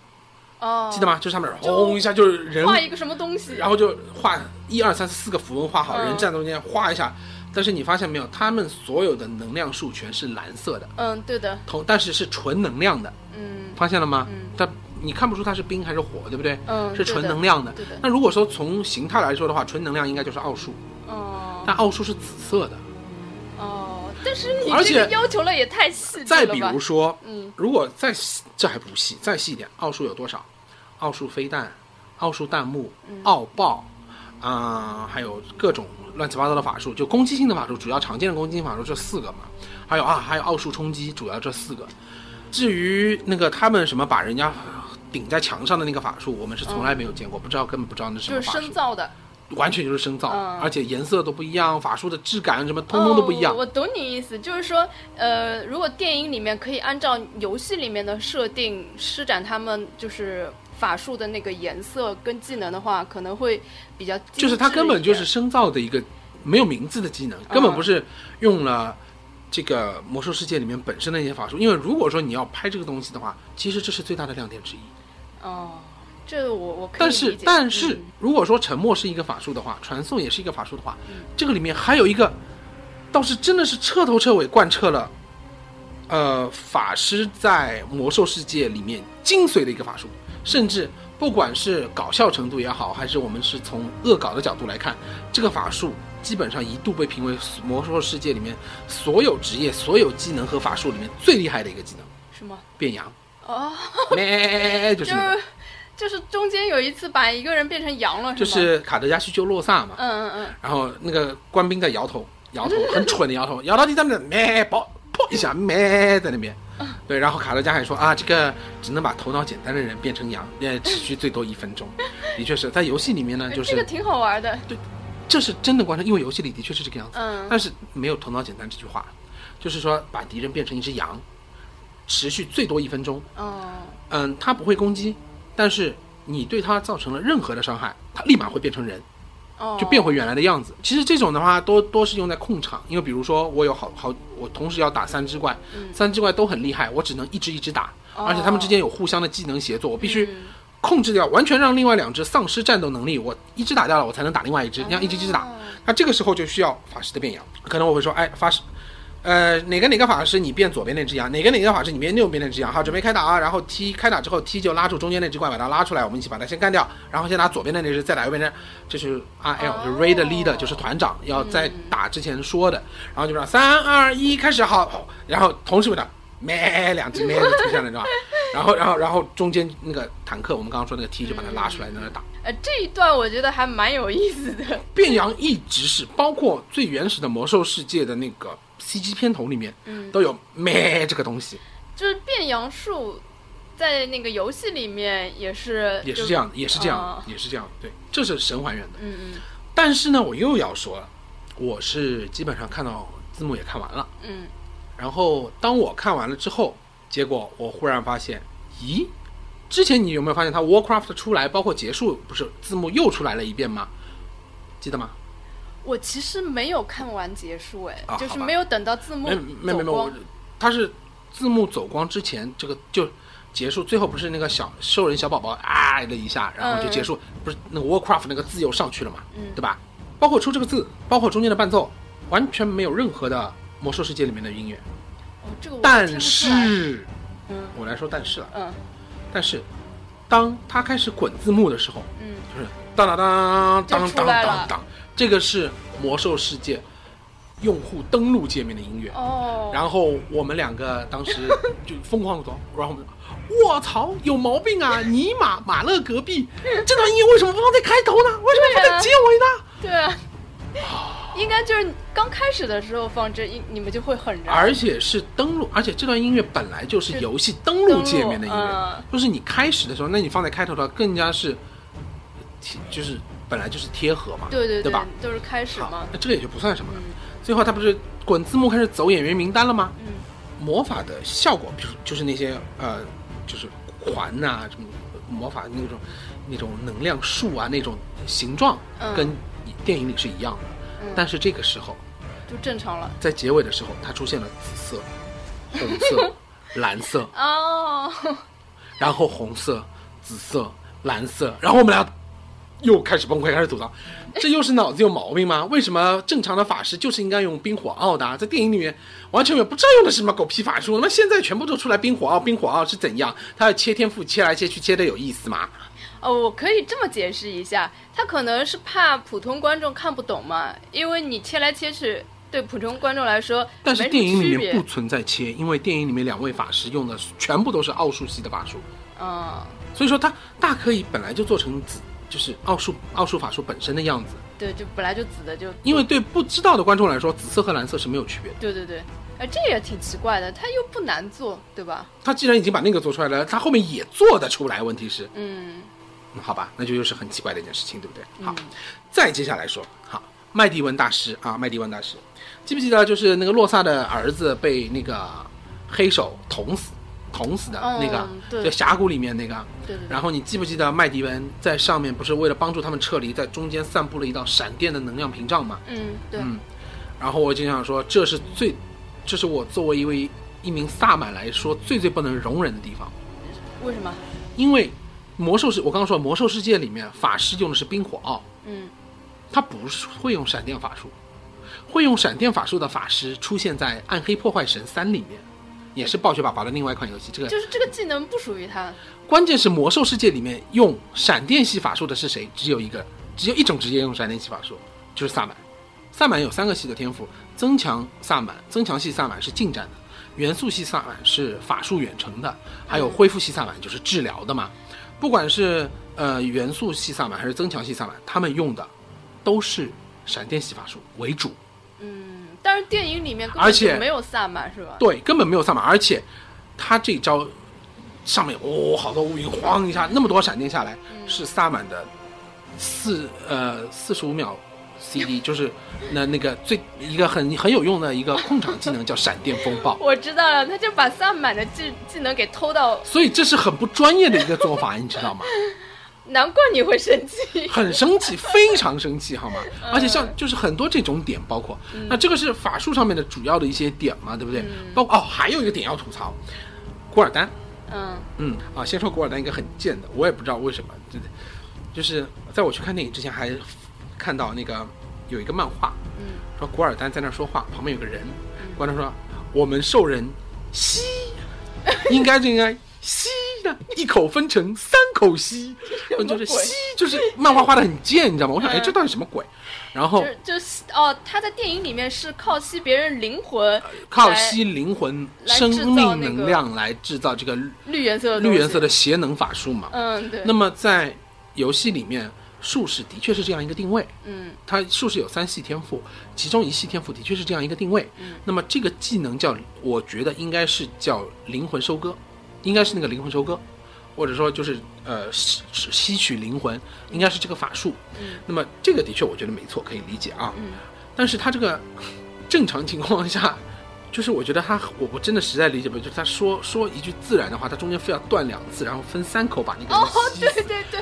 Speaker 1: 哦，
Speaker 2: 记得？吗？就是上面
Speaker 1: 就
Speaker 2: 轰一下就是人
Speaker 1: 画一个什么东西？
Speaker 2: 然后就画一二三四个符文画好，
Speaker 1: 嗯
Speaker 2: 人站中间画一下。但是你发现没有，他们所有的能量数全是蓝色的，
Speaker 1: 嗯，对的，
Speaker 2: 同但是是纯能量的，
Speaker 1: 嗯
Speaker 2: 发现了吗？
Speaker 1: 嗯
Speaker 2: 但你看不出它是冰还是火，对不对？
Speaker 1: 嗯，对
Speaker 2: 是纯
Speaker 1: 的
Speaker 2: 能量的。
Speaker 1: 对的
Speaker 2: 那如果说从形态来说的话，纯能量应该就是奥数，
Speaker 1: 哦
Speaker 2: 但奥数是紫色的。
Speaker 1: 哦，但是你
Speaker 2: 而
Speaker 1: 这个
Speaker 2: 且
Speaker 1: 要求了也太细致
Speaker 2: 再
Speaker 1: 了吧？
Speaker 2: 比如说，
Speaker 1: 嗯
Speaker 2: 如果再细，这还不细，再细一点，奥数有多少？奥数飞弹、奥数弹幕、
Speaker 1: 嗯
Speaker 2: 奥爆，啊、还有各种乱七八糟的法术，就攻击性的法术，主要常见的攻击性法术这四个嘛，还有啊，还有奥数冲击，主要这四个。至于那个他们什么把人家顶在墙上的那个法术，我们是从来没有见过，不知道根本不知道那是什
Speaker 1: 就
Speaker 2: 么
Speaker 1: 是
Speaker 2: 法术
Speaker 1: 深，造的，
Speaker 2: 完全就是深造，
Speaker 1: 嗯
Speaker 2: 而且颜色都不一样，法术的质感什么通通都不一样。
Speaker 1: 哦我懂你意思，就是说，呃，如果电影里面可以按照游戏里面的设定施展他们就是法术的那个颜色跟技能的话，可能会比较精致
Speaker 2: 就是它根本就
Speaker 1: 一
Speaker 2: 是
Speaker 1: 点啊
Speaker 2: 深造的一个没有名字的技能，根本不是用了这个魔兽世界里面本身的一些法术。因为如果说你要拍这个东西的话，其实这是最大的亮点之一。
Speaker 1: 哦，这我我可以
Speaker 2: 但是
Speaker 1: 理解
Speaker 2: 但是
Speaker 1: 嗯，
Speaker 2: 如果说沉默是一个法术的话，传送也是一个法术的话，这个里面还有一个倒是真的是彻头彻尾贯彻了。呃，法师在魔兽世界里面精髓的一个法术，甚至不管是搞笑程度也好，还是我们是从恶搞的角度来看，这个法术基本上一度被评为魔兽世界里面所有职业、所有技能和法术里面最厉害的一个技能
Speaker 1: 什么
Speaker 2: ——变羊。
Speaker 1: 哦，
Speaker 2: 哎哎哎哎哎，就是
Speaker 1: 就
Speaker 2: 那个
Speaker 1: 是就是中间有一次把一个人变成羊了，
Speaker 2: 就是
Speaker 1: 吗
Speaker 2: 是卡德加去救洛萨嘛，
Speaker 1: 嗯嗯
Speaker 2: 然后那个官兵在 摇头，摇头，很蠢的摇头，摇到地上面，咩，爆，砰一下，咩，在 那边。对，然后卡德加还说啊，这个只能把头脑简单的人变成羊，呃，持续最多一 分钟。的确是在游戏里面呢，
Speaker 1: 嗯，
Speaker 2: 就
Speaker 1: 这个
Speaker 2: 是
Speaker 1: 挺好玩的，
Speaker 2: 这是真的观察，因为游戏里的确是这个样子，
Speaker 1: 嗯
Speaker 2: 但是没有头脑简单这句话，就是说把敌人变成一只羊，持续最多一分钟。
Speaker 1: 哦
Speaker 2: 嗯，它不会攻击，但是你对它造成了任何的伤害，它立马会变成人。
Speaker 1: 哦，
Speaker 2: 就变回原来的样子。其实这种的话，多多是用在控场，因为比如说我有好好，我同时要打三只怪，
Speaker 1: 嗯
Speaker 2: 三只怪都很厉害，我只能一只一只打，
Speaker 1: 哦
Speaker 2: 而且他们之间有互相的技能协作，我必须
Speaker 1: 嗯
Speaker 2: 控制掉，完全让另外两只丧失战斗能力，我一只打掉了，我才能打另外一只，你要一只一只打
Speaker 1: 哦。
Speaker 2: 那这个时候就需要法师的变羊，可能我会说，哎，法师。呃，哪个哪个法师你变左边那只羊，哪个哪个法师你变右边那只羊。好，准备开打啊！然后 T 开打之后，T 就拉住中间那只怪，把它拉出来，我们一起把它先干掉。然后先拿左边的那只，再打右边那只。这是 RL，、就是 Raid 的 Leader，就是团长要在打之前说的。然后就让三二一开始好，然后同时们的咩两只咩就出现了，你知道吧？然后然后然后中间那个坦克，我们刚刚说那个 T 就把它拉出来在那打。
Speaker 1: 呃，这一段我觉得还蛮有意思的。
Speaker 2: 变羊一直是，包括最原
Speaker 1: 嗯
Speaker 2: 始的魔兽世界的那个 CG 片头里面，都有咩这个东西。
Speaker 1: 就是变炼阳术在那个游戏里面也是
Speaker 2: 也
Speaker 1: 就是
Speaker 2: 这样的，也是这样
Speaker 1: 啊
Speaker 2: 的，也是这样的，对，这是神还原的。
Speaker 1: 嗯嗯
Speaker 2: 但是呢，我又要说了，我是基本上看到字幕也看完了，
Speaker 1: 嗯，
Speaker 2: 然后当我看完了之后，结果我忽然发现，咦，之前你有没有发现它 Warcraft 出来，包括结束，不是字幕又出来了一遍吗？记得吗？
Speaker 1: 我其实没有看完结束，哎
Speaker 2: 啊，
Speaker 1: 就是
Speaker 2: 好吧
Speaker 1: 没有等到字幕
Speaker 2: 没没没没，
Speaker 1: 走
Speaker 2: 我
Speaker 1: 光
Speaker 2: 它是字幕走光之前，这个就结束，最后不是那个小兽人小宝宝啊了一下，然后就结束，不是那个 Warcraft 那个字又上去了嘛，
Speaker 1: 嗯
Speaker 2: 对吧？包括出这个字，包括中间的伴奏，完全没有任何的魔兽世界里面的音乐。
Speaker 1: 哦这个我听
Speaker 2: 但
Speaker 1: 不出来
Speaker 2: 是，
Speaker 1: 嗯
Speaker 2: 我来说但是了，
Speaker 1: 嗯
Speaker 2: 但是当它开始滚字幕的时候，
Speaker 1: 嗯
Speaker 2: 就是当当当
Speaker 1: 就
Speaker 2: 当
Speaker 1: 出
Speaker 2: 当
Speaker 1: 来
Speaker 2: 当
Speaker 1: 了
Speaker 2: 当，这个是魔兽世界用户登录界面的音乐。
Speaker 1: 哦，
Speaker 2: 然后我们两个当时就疯狂的走，然后我们，我操，有毛病啊！尼玛，马勒隔壁，这段音乐为什么不放在开头呢？
Speaker 1: 啊
Speaker 2: 为什么放在结尾呢？
Speaker 1: 对啊， 应该就是刚开始的时候放这，你你们就会很燃。
Speaker 2: 而且是登录，而且这段音乐本来就是游戏登录界面的音
Speaker 1: 登录
Speaker 2: 乐
Speaker 1: 嗯，
Speaker 2: 就是你开始的时候，那你放在开头的话，更加是贴，就是本来就是贴合嘛，
Speaker 1: 对对
Speaker 2: 对吧？
Speaker 1: 都是开始
Speaker 2: 好
Speaker 1: 嘛，。
Speaker 2: 那这个也就不算什么了
Speaker 1: 嗯。
Speaker 2: 最后他不是滚字幕开始走演员名单了吗？
Speaker 1: 嗯
Speaker 2: 魔法的效果，比如就是那些呃，就是环呐、什么魔法那种那种能量树啊，那种形状
Speaker 1: 嗯，
Speaker 2: 跟电影里是一样的。
Speaker 1: 嗯，
Speaker 2: 但是这个时候，
Speaker 1: 就正常了。
Speaker 2: 在结尾的时候，它出现了紫色、红 色、蓝色，
Speaker 1: 哦，
Speaker 2: 然后红色、紫色、蓝色，然后我们俩又开始崩溃，开始吐槽，这又是脑子有毛病吗？为什么正常的法师就是应该用冰火奥的啊、在电影里面完全没有不知道用的是什么狗屁法术，那么现在全部都出来冰火奥，冰火奥是怎样？他要切天赋，切来切去，切的有意思吗？
Speaker 1: 哦，我可以这么解释一下，他可能是怕普通观众看不懂嘛，因为你切来切去，对普通观众来说
Speaker 2: 但是电影里面
Speaker 1: 没什
Speaker 2: 不
Speaker 1: 么区
Speaker 2: 存在切，因为电影里面两位法师用的全部都是奥术系的法术，
Speaker 1: 别。嗯，
Speaker 2: 所以说他大可以本来就做成紫，就是奥术奥术法术本身的样子，
Speaker 1: 对，就本来就紫的就，
Speaker 2: 因为对不知道的观众来说，紫色和蓝色是没有区别的。
Speaker 1: 对对对，哎，这也挺奇怪的，他又不难做，对吧？
Speaker 2: 他既然已经把那个做出来了，他后面也做得出来。问题是，
Speaker 1: 嗯
Speaker 2: 嗯好吧，那就又是很奇怪的一件事情，对不对？好，
Speaker 1: 嗯
Speaker 2: 再接下来说，好，麦迪文大师啊，麦迪文大师，记不记得就是那个洛萨的儿子被那个黑手捅死，捅死的那个，
Speaker 1: 嗯对
Speaker 2: 在峡谷里面那个。
Speaker 1: 对对对，
Speaker 2: 然后你记不记得麦迪文在上面不是为了帮助他们撤离，在中间散布了一道闪电的能量屏障吗？
Speaker 1: 嗯对，
Speaker 2: 嗯然后我就想说，这是最，这是我作为一位一名萨满来说最最不能容忍的地方。
Speaker 1: 为什么？
Speaker 2: 因为魔兽世，我刚刚说了魔兽世界里面法师用的是冰火奥，
Speaker 1: 嗯
Speaker 2: 他不是会用闪电法术，会用闪电法术的法师出现在《暗黑破坏神三》里面，也是暴雪爸爸的另外一款游戏。这个
Speaker 1: 就是这个技能不属于他。
Speaker 2: 关键是魔兽世界里面用闪电系法术的是谁？只有一个，只有一种职业用闪电系法术，就是萨满。萨满有三个系的天赋，增强萨满，增强系萨满是近战的，元素系萨满是法术远程的，还有恢复系萨满就是治疗的嘛。不管是呃元素系萨满还是增强系萨满，他们用的都是闪电系法术为主，
Speaker 1: 嗯，但是电影里面根
Speaker 2: 而
Speaker 1: 本
Speaker 2: 且
Speaker 1: 就没有萨满是吧？
Speaker 2: 对，根本没有萨满，而且他这招上面哦，好多乌云，晃一下，那么多闪电下来，是萨满的四呃四十五秒 CD，就是那那个最一个很很有用的一个控场技能叫闪电风暴，
Speaker 1: 我知道了，他就把萨满的技技能给偷到，
Speaker 2: 所以这是很不专业的一个做法，你知道吗？
Speaker 1: 难怪你会生气。
Speaker 2: 很生气，非常生气，好吗？而且像就是很多这种点，包括、那这个是法术上面的主要的一些点嘛，对不对？包括哦，还有一个点要吐槽，古尔丹。
Speaker 1: 嗯
Speaker 2: 嗯啊，先说古尔丹一个很贱的，我也不知道为什么，真的就是在我去看电影之前还看到那个有一个漫画，
Speaker 1: 嗯，
Speaker 2: 说古尔丹在那儿说话，旁边有个人，观众说我们兽人吸，应该就应该吸的，一口分成三口吸，就是
Speaker 1: 什么鬼
Speaker 2: 吸，就是漫画画的很贱，你知道吗？我想哎，
Speaker 1: 嗯
Speaker 2: 这到底什么鬼？然后
Speaker 1: 就是就是哦，他在电影里面是靠吸别人灵魂，
Speaker 2: 靠吸灵魂、
Speaker 1: 来制
Speaker 2: 生
Speaker 1: 造
Speaker 2: 命
Speaker 1: 那
Speaker 2: 能
Speaker 1: 个
Speaker 2: 量来制造这个
Speaker 1: 绿颜色的东
Speaker 2: 绿
Speaker 1: 西
Speaker 2: 颜色，的邪能法术嘛，
Speaker 1: 嗯对，
Speaker 2: 那么在游戏里面，术士的确是这样一个定位，
Speaker 1: 嗯
Speaker 2: 它术士有三系天赋，其中一系天赋的确是这样一个定位。
Speaker 1: 嗯
Speaker 2: 那么这个技能叫，我觉得应该是叫灵魂收割，应该是那个灵魂收割，或者说就是呃吸吸取灵魂，应该是这个法术。
Speaker 1: 嗯
Speaker 2: 那么这个的确我觉得没错，可以理解啊。
Speaker 1: 嗯
Speaker 2: 但是他这个正常情况下，就是我觉得他，我我真的实在理解不了，就是他说说一句自然的话，他中间非要断两次，然后分三口把那个人
Speaker 1: 哦
Speaker 2: 吸，死
Speaker 1: 对对对，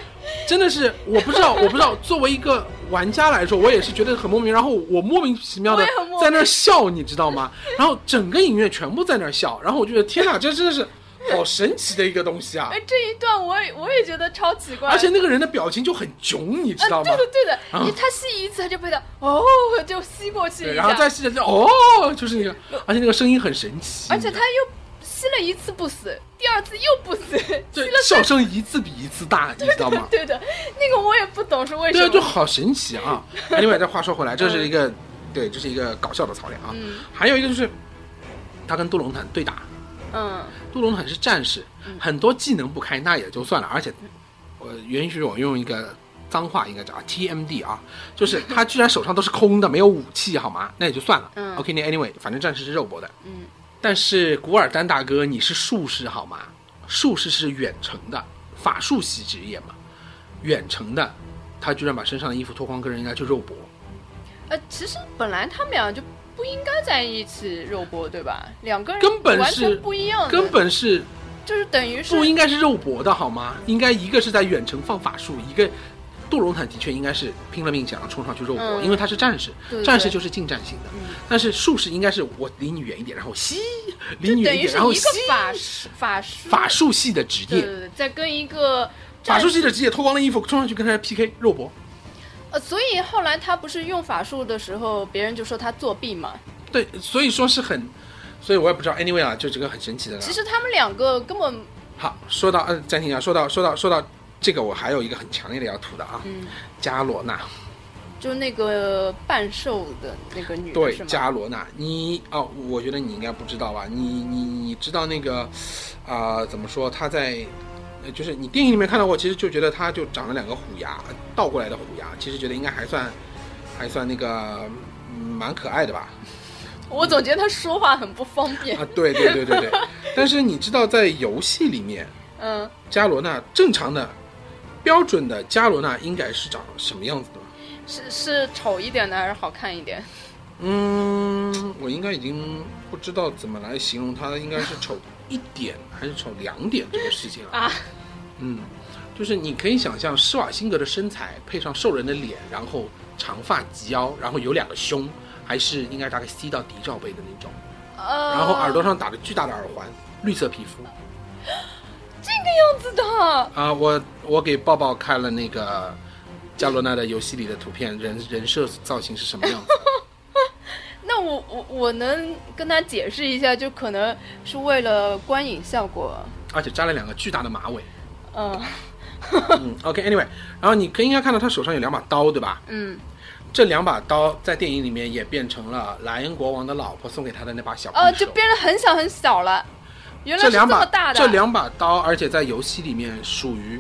Speaker 2: 真的是我不知道，我不知道。作为一个玩家来说，我也是觉得很莫名。然后我莫名其妙的
Speaker 1: 我也很莫名
Speaker 2: 在那儿笑，你知道吗？然后整个影院全部在那儿笑，然后我觉得天哪，这真的是好神奇的一个东西啊！
Speaker 1: 哎，这一段我也我也觉得超奇怪，
Speaker 2: 而且那个人的表情就很囧，你知道
Speaker 1: 啊，
Speaker 2: 吗
Speaker 1: 对？的对的，
Speaker 2: 啊
Speaker 1: 你他吸一次他就被他哦就吸过去
Speaker 2: 对，
Speaker 1: 一
Speaker 2: 然后
Speaker 1: 下
Speaker 2: 再，吸着就哦，就是那个，而且那个声音很神奇，
Speaker 1: 而且
Speaker 2: 你知
Speaker 1: 他
Speaker 2: 道吗
Speaker 1: 又吸了一次不死，第二次又不死， 吸
Speaker 2: 对
Speaker 1: 了
Speaker 2: 笑声一次比一次大，你知道吗？
Speaker 1: 对的，那个我也不懂是为什
Speaker 2: 对啊，
Speaker 1: 么。
Speaker 2: 就好神 奇啊！另外，再话说回来，这是一个对，这是一个搞笑的槽点啊。
Speaker 1: 嗯
Speaker 2: 还有一个就是他跟杜隆坦对打，
Speaker 1: 嗯
Speaker 2: 杜隆坦是战士，很多技能不开那也就算了，而且呃我允许我用一个脏话，应该叫 TMD 啊，就是他居然手上都是空的，没有武器，好吗？那也就算了。
Speaker 1: 嗯
Speaker 2: OK，你 anyway，反正战士是肉搏的。
Speaker 1: 嗯
Speaker 2: 但是古尔丹大哥，你是术士好吗？术士是远程的，法术系职业嘛，远程的，他居然把身上的衣服脱光，跟人家去肉搏。
Speaker 1: 呃，其实本来他们俩就不应该在一起肉搏，对吧？两个人
Speaker 2: 根本
Speaker 1: 完
Speaker 2: 是
Speaker 1: 全不一样的，
Speaker 2: 根本是
Speaker 1: 就是等于是
Speaker 2: 不应该是肉搏的好吗？应该一个是在远程放法术，一个杜隆坦的确应该是拼了命想要冲上去肉搏，
Speaker 1: 嗯
Speaker 2: 因为他是战士，
Speaker 1: 对对
Speaker 2: 战士就是近战型的。
Speaker 1: 嗯
Speaker 2: 但是术士应该是我离你远一点，然后吸，离你
Speaker 1: 就
Speaker 2: 远
Speaker 1: 等
Speaker 2: 一
Speaker 1: 于
Speaker 2: 点，
Speaker 1: 是
Speaker 2: 然后
Speaker 1: 一
Speaker 2: 吸
Speaker 1: 个。法师法师
Speaker 2: 法术系的职
Speaker 1: 对对
Speaker 2: 业，
Speaker 1: 对，在跟一个
Speaker 2: 法
Speaker 1: 战
Speaker 2: 术系的职业脱光了衣服冲上去跟他 PK 肉搏。
Speaker 1: 呃，所以后来他不是用法术的时候，别人就说他作弊嘛。
Speaker 2: 对，所以说是很，所以我也不知道。Anyway 啊，就这个很神奇的啦。
Speaker 1: 其实他们两个根本
Speaker 2: 好，说到嗯，暂停啊，说到说到说到这个，我还有一个很强烈的要吐的啊，
Speaker 1: 嗯，
Speaker 2: 加罗娜，
Speaker 1: 就那个半兽的那个女的
Speaker 2: 对
Speaker 1: 是，吗？
Speaker 2: 加罗娜，你哦，我觉得你应该不知道吧？你你你知道那个啊、怎么说？她在。呃就是你电影里面看到过，其实就觉得她就长了两个虎牙，倒过来的虎牙，其实觉得应该还算，还算那个、嗯蛮可爱的吧。
Speaker 1: 我总觉得他说话很不方便。
Speaker 2: 啊，对对对对对。但是你知道，在游戏里面，
Speaker 1: 嗯，
Speaker 2: 伽罗娜正常的、标准的伽罗娜应该是长什么样子的吗？
Speaker 1: 是是丑一点的还是好看一点？
Speaker 2: 嗯，我应该已经不知道怎么来形容它，应该是丑一点还是丑两点这个事情了
Speaker 1: 啊。
Speaker 2: 嗯，就是你可以想象施瓦辛格的身材配上兽人的脸，然后长发及腰，然后有两个胸，还是应该大概 C 到底罩杯的那种，
Speaker 1: 呃，
Speaker 2: 然后耳朵上打着巨大的耳环，绿色皮肤。
Speaker 1: 这个样子的，
Speaker 2: 啊，我我给抱抱看了那个加罗娜的游戏里的图片，人人设造型是什么样 子？
Speaker 1: 那我我我能跟他解释一下，就可能是为了观影效果。
Speaker 2: 而且扎了两个巨大的马尾。
Speaker 1: 嗯
Speaker 2: 嗯，OK，Anyway，、然后你可以应该看到他手上有两把刀，对吧？
Speaker 1: 嗯，
Speaker 2: 这两把刀在电影里面也变成了莱恩国王的老婆送给他的那把小匕首。
Speaker 1: 呃，就变得很小很小了，原来
Speaker 2: 这
Speaker 1: 是这
Speaker 2: 两把
Speaker 1: 么大的。
Speaker 2: 这两把刀，而且在游戏里面属于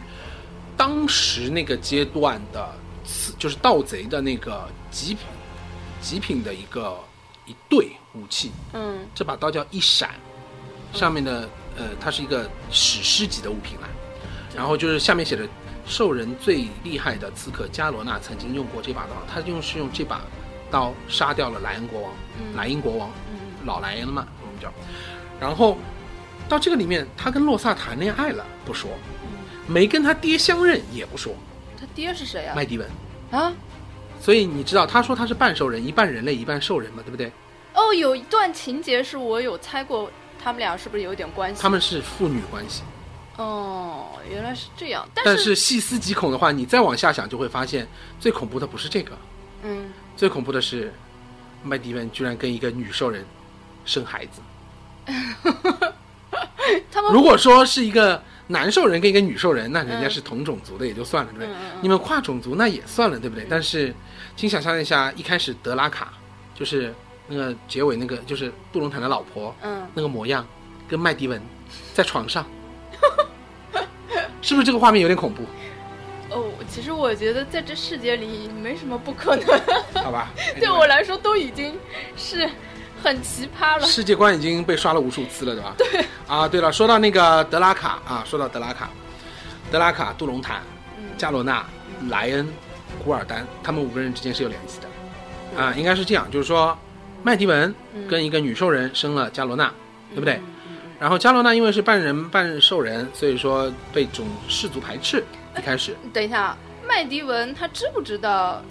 Speaker 2: 当时那个阶段的次，就是盗贼的那个极品极品的一个一对武器。
Speaker 1: 嗯
Speaker 2: 这把刀叫一闪，上面的呃，它是一个史诗级的物品啦。啊然后就是下面写着，兽人最厉害的刺客加罗纳曾经用过这把刀，他用是用这把刀杀掉了莱恩国王，
Speaker 1: 嗯
Speaker 2: 莱茵国王，
Speaker 1: 嗯
Speaker 2: 老莱恩嘛，我们叫。然后到这个里面，他跟洛萨谈恋爱了不说，
Speaker 1: 嗯，
Speaker 2: 没跟他爹相认也不说，
Speaker 1: 他爹是谁啊？
Speaker 2: 麦迪文。
Speaker 1: 啊？
Speaker 2: 所以你知道，他说他是半兽人，一半人类，一半兽人嘛，对不对？
Speaker 1: 哦，有一段情节是我有猜过，他们俩是不是有点关系？
Speaker 2: 他们是父女关系。
Speaker 1: 哦，原来是这样，但
Speaker 2: 但是细思极恐的话，你再往下想就会发现，最恐怖的不是这个，
Speaker 1: 嗯，
Speaker 2: 最恐怖的是麦迪文居然跟一个女兽人生孩子。
Speaker 1: 他们
Speaker 2: 如果说是一个男兽人跟一个女兽人，那人家是同种族的也就算了，对不对？
Speaker 1: 嗯嗯嗯
Speaker 2: 你们跨种族那也算了，对不对？但是，请想象一下，一开始德拉卡就是那个结尾那个就是杜隆坦的老婆
Speaker 1: 嗯，
Speaker 2: 那个模样，跟麦迪文在床上，是不是这个画面有点恐怖？
Speaker 1: 哦，其实我觉得在这世界里没什么不可能，
Speaker 2: 好吧？
Speaker 1: 对我来说都已经是很奇葩了。
Speaker 2: 世界观已经被刷了无数次了，对吧？对。啊，对了，说到那个德拉卡啊，说到德拉卡，德拉卡、杜隆坦、加罗纳、莱恩、古尔丹，他们五个人之间是有联系的，啊，应该是这样，就是说，麦迪文
Speaker 1: 嗯
Speaker 2: 跟一个女兽人生了加罗纳，对不对？然后加罗纳因为是半人半兽人，所以说被种氏族排斥。一开始
Speaker 1: 等一下啊，麦迪文他知不知道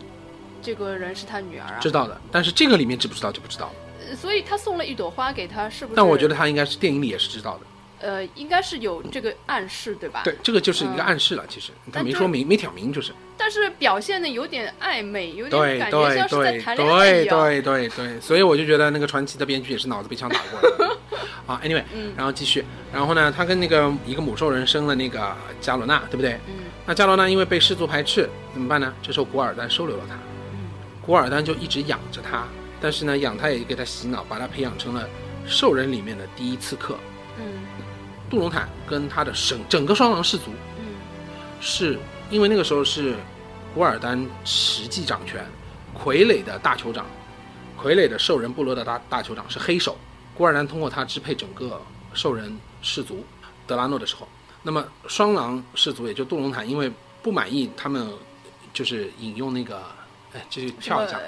Speaker 1: 这个人是他女儿啊？
Speaker 2: 知道的，但是这个里面知不知道就不知道了。
Speaker 1: 所以他送了一朵花给他，是不是？
Speaker 2: 但我觉得他应该是电影里也是知道的。
Speaker 1: 呃，应该是有这个暗示，对吧？
Speaker 2: 对，这个就是一个暗示了。其实他没说明，没挑嗯明，就是。
Speaker 1: 但是表现的有点暧昧，有
Speaker 2: 对
Speaker 1: 点感觉
Speaker 2: 对
Speaker 1: 像是在
Speaker 2: 对
Speaker 1: 谈恋爱一
Speaker 2: 对
Speaker 1: 样。
Speaker 2: 对对对，所以我就觉得那个传奇的编剧也是脑子被枪打 过了。啊，anyway，然后
Speaker 1: 嗯
Speaker 2: 继续，然后呢，他跟那个一个母兽人生了那个加罗纳，对不对？
Speaker 1: 嗯
Speaker 2: 那加罗纳因为被氏族排斥，怎么办呢？这时候古尔丹收留了他，古尔丹就一直养着他，但是呢，养他也给他洗脑，把他培养成了兽人里面的第一刺客
Speaker 1: 嗯
Speaker 2: 杜隆坦，跟他的整整个双狼氏族
Speaker 1: 嗯
Speaker 2: 是因为那个时候是古尔丹实际掌权，傀儡的大酋长，傀儡的兽人部落的大大酋长是黑手。古尔丹通过他支配整个兽人氏族德拉诺的时候，那么双狼氏族也就杜隆坦，因为不满意他们就是引用那个，哎，这就跳一下。
Speaker 1: 呃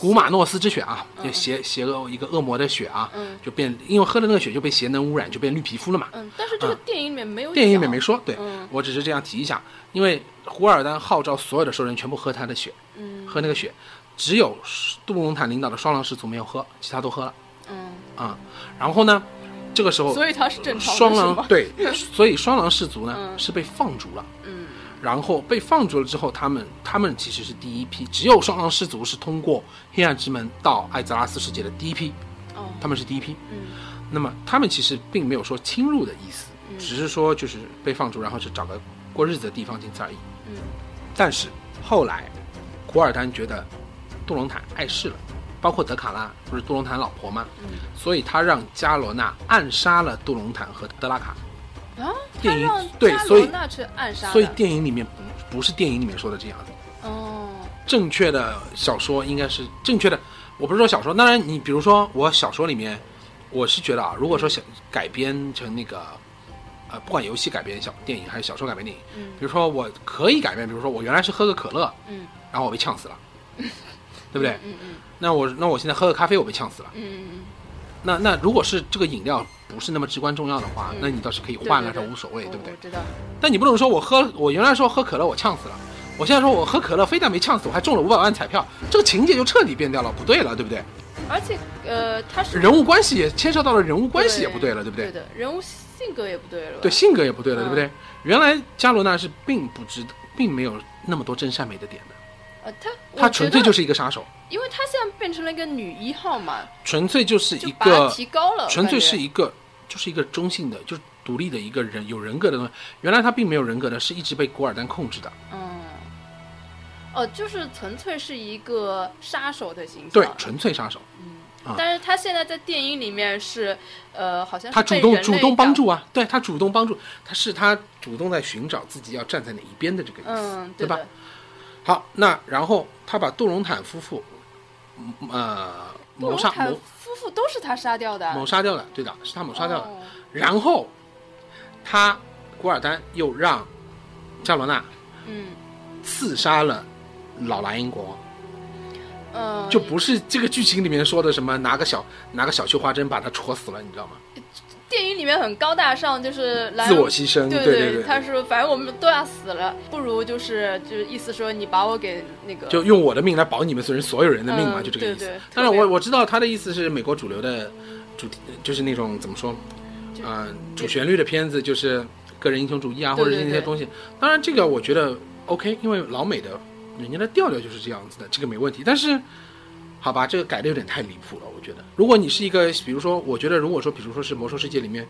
Speaker 2: 古马诺斯之血啊，就邪邪恶一个恶魔的血啊，
Speaker 1: 嗯
Speaker 2: 就变，因为喝了那个血就被邪能污染，就变绿皮肤了嘛。
Speaker 1: 嗯，但是这个电影里面没有、
Speaker 2: 电影里面没。说，对、
Speaker 1: 嗯
Speaker 2: 我只是这样提一下，因为胡尔丹号召所有的兽人全部喝他的血，
Speaker 1: 嗯
Speaker 2: 喝那个血，只有杜隆坦领导的双狼氏族没有喝，其他都喝了
Speaker 1: 嗯，
Speaker 2: 啊、然后呢，这个时候
Speaker 1: 所以他是正常的，
Speaker 2: 双
Speaker 1: 是
Speaker 2: 狼
Speaker 1: 吗？
Speaker 2: 对， 所以双狼氏族呢、
Speaker 1: 嗯
Speaker 2: 是被放逐了。
Speaker 1: 嗯
Speaker 2: 然后被放逐了之后，他们他们其实是第一批，只有双狼氏族是通过黑暗之门到艾泽拉斯世界的第一批，
Speaker 1: 哦
Speaker 2: 他们是第一批。
Speaker 1: 嗯
Speaker 2: 那么他们其实并没有说侵入的意思，
Speaker 1: 嗯
Speaker 2: 只是说就是被放逐，然后是找个过日子的地方，仅此而已。
Speaker 1: 嗯
Speaker 2: 但是后来，古尔丹觉得杜隆坦碍事了，包括德卡拉不是杜隆坦老婆吗？
Speaker 1: 嗯
Speaker 2: 所以他让加罗纳暗杀了杜隆坦和德拉卡。
Speaker 1: 啊，他
Speaker 2: 电影
Speaker 1: 让
Speaker 2: 对
Speaker 1: 加
Speaker 2: 所
Speaker 1: 罗
Speaker 2: 以
Speaker 1: 纳去暗杀的，
Speaker 2: 所以电影里面不不是电影里面说的这样子，
Speaker 1: 哦
Speaker 2: 正确的小说应该是正确的。我不是说小说，当然你比如说我小说里面，我是觉得啊，如果说想改编成那个，呃，不管游戏改编小电影还是小说改编电影，
Speaker 1: 嗯
Speaker 2: 比如说我可以改编，比如说我原来是喝个可乐，
Speaker 1: 嗯，
Speaker 2: 然后我被呛死了，对不对？
Speaker 1: 嗯嗯
Speaker 2: 那我那我现在喝个咖啡，我被呛死了。
Speaker 1: 嗯嗯
Speaker 2: 那那如果是这个饮料不是那么至关重要的话，
Speaker 1: 嗯
Speaker 2: 那你倒是可以
Speaker 1: 嗯，
Speaker 2: 换了，
Speaker 1: 对
Speaker 2: 这
Speaker 1: 对
Speaker 2: 无所谓，
Speaker 1: 我
Speaker 2: 对不对
Speaker 1: 我？知道，
Speaker 2: 但你不能说我喝我原来说喝可乐我呛死了，我现在说我喝可乐非但没呛死，我还中了五百万彩票，这个情节就彻底变掉了，不对了，对不对？
Speaker 1: 而且呃，他是
Speaker 2: 人物关系也牵涉到了人物关系也不对了，对不
Speaker 1: 对
Speaker 2: 对？
Speaker 1: 的，人物性格也不对了吧，
Speaker 2: 对性格也不对了，
Speaker 1: 嗯
Speaker 2: 对不对？原来加罗纳是并不值，并没有那么多真善美的点的，
Speaker 1: 呃，他，
Speaker 2: 他纯粹就是是一个杀手，
Speaker 1: 因为他现在变成了一个女一号嘛，
Speaker 2: 纯粹就是
Speaker 1: 就
Speaker 2: 一
Speaker 1: 把他
Speaker 2: 个
Speaker 1: 提高了，
Speaker 2: 纯粹
Speaker 1: 我感觉
Speaker 2: 是一个，就是一个中性的，就是独立的一个人，有人格的东西。原来他并没有人格的，是一直被古尔丹控制的。
Speaker 1: 嗯，哦，就是纯粹是一个杀手的形象，
Speaker 2: 对，纯粹杀手，啊
Speaker 1: 但是他现在在电影里面是，呃，好像是
Speaker 2: 他主
Speaker 1: 被
Speaker 2: 动
Speaker 1: 人类
Speaker 2: 主动帮
Speaker 1: 养，
Speaker 2: 助啊，对他主动帮助，他是他主动在寻找自己要站在哪一边的这个意思，
Speaker 1: 嗯，
Speaker 2: 对吧
Speaker 1: 的？，
Speaker 2: 好，那然后他把杜隆坦夫妇，嗯呃，
Speaker 1: 布
Speaker 2: 谋
Speaker 1: 隆
Speaker 2: 杀
Speaker 1: 坦
Speaker 2: 谋
Speaker 1: 夫妇都是他杀掉的，
Speaker 2: 谋杀掉了，对的，是他谋杀掉了。
Speaker 1: 哦
Speaker 2: 然后他古尔丹又让加罗纳
Speaker 1: 嗯
Speaker 2: 刺杀了老莱茵国王。
Speaker 1: 嗯，
Speaker 2: 就不是这个剧情里面说的什么拿个小拿个小绣花针把他戳死了，你知道吗？
Speaker 1: 电影里面很高大上，就是莱
Speaker 2: 自
Speaker 1: 昂
Speaker 2: 我牺牲，
Speaker 1: 对
Speaker 2: 嗯对对，
Speaker 1: 他说反正我们都要死了，不如就是就是意思说你把我给那个
Speaker 2: 就用我的命来保你们所人所有人的命嘛，
Speaker 1: 嗯
Speaker 2: 就这个意
Speaker 1: 对
Speaker 2: 思
Speaker 1: 对。
Speaker 2: 当然
Speaker 1: 特别
Speaker 2: 我我知道他的意思是美国主流的主题，就是那种怎么说，
Speaker 1: 就
Speaker 2: 嗯、主旋律的片子就是个人英雄主义啊，
Speaker 1: 对
Speaker 2: 或
Speaker 1: 对
Speaker 2: 者是那些
Speaker 1: 对
Speaker 2: 东西。当然这个我觉得 OK，因为老美的人家的调调就是这样子的，这个没问题。但是好吧，这个改的有点太离谱了，我觉得。如果你是一个，比如说，我觉得如果说，比如说是魔兽世界里面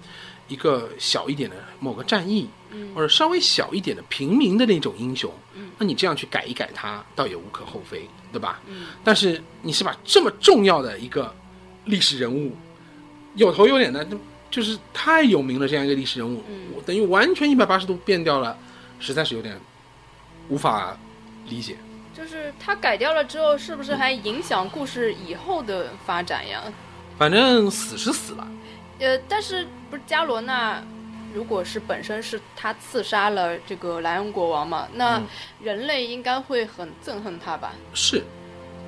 Speaker 2: 一个小一点的某个战役，
Speaker 1: 嗯
Speaker 2: 或者稍微小一点的平民的那种英雄，那你这样去改一改它，倒也无可厚非，对吧？
Speaker 1: 嗯
Speaker 2: 但是你是把这么重要的一个历史人物，有头有脸的，就就是太
Speaker 1: 嗯
Speaker 2: 有名了这样一个历史人物，我等于完全一百八十度变掉了，实在是有点无法理解。
Speaker 1: 就是它改掉了之后，是不是还影响故事以后的发展呀？
Speaker 2: 反正死是死了，
Speaker 1: 呃，但是不是伽罗纳，如果是本身是他刺杀了这个莱恩国王嘛，那
Speaker 2: 嗯
Speaker 1: 人类应该会很憎恨他吧，
Speaker 2: 是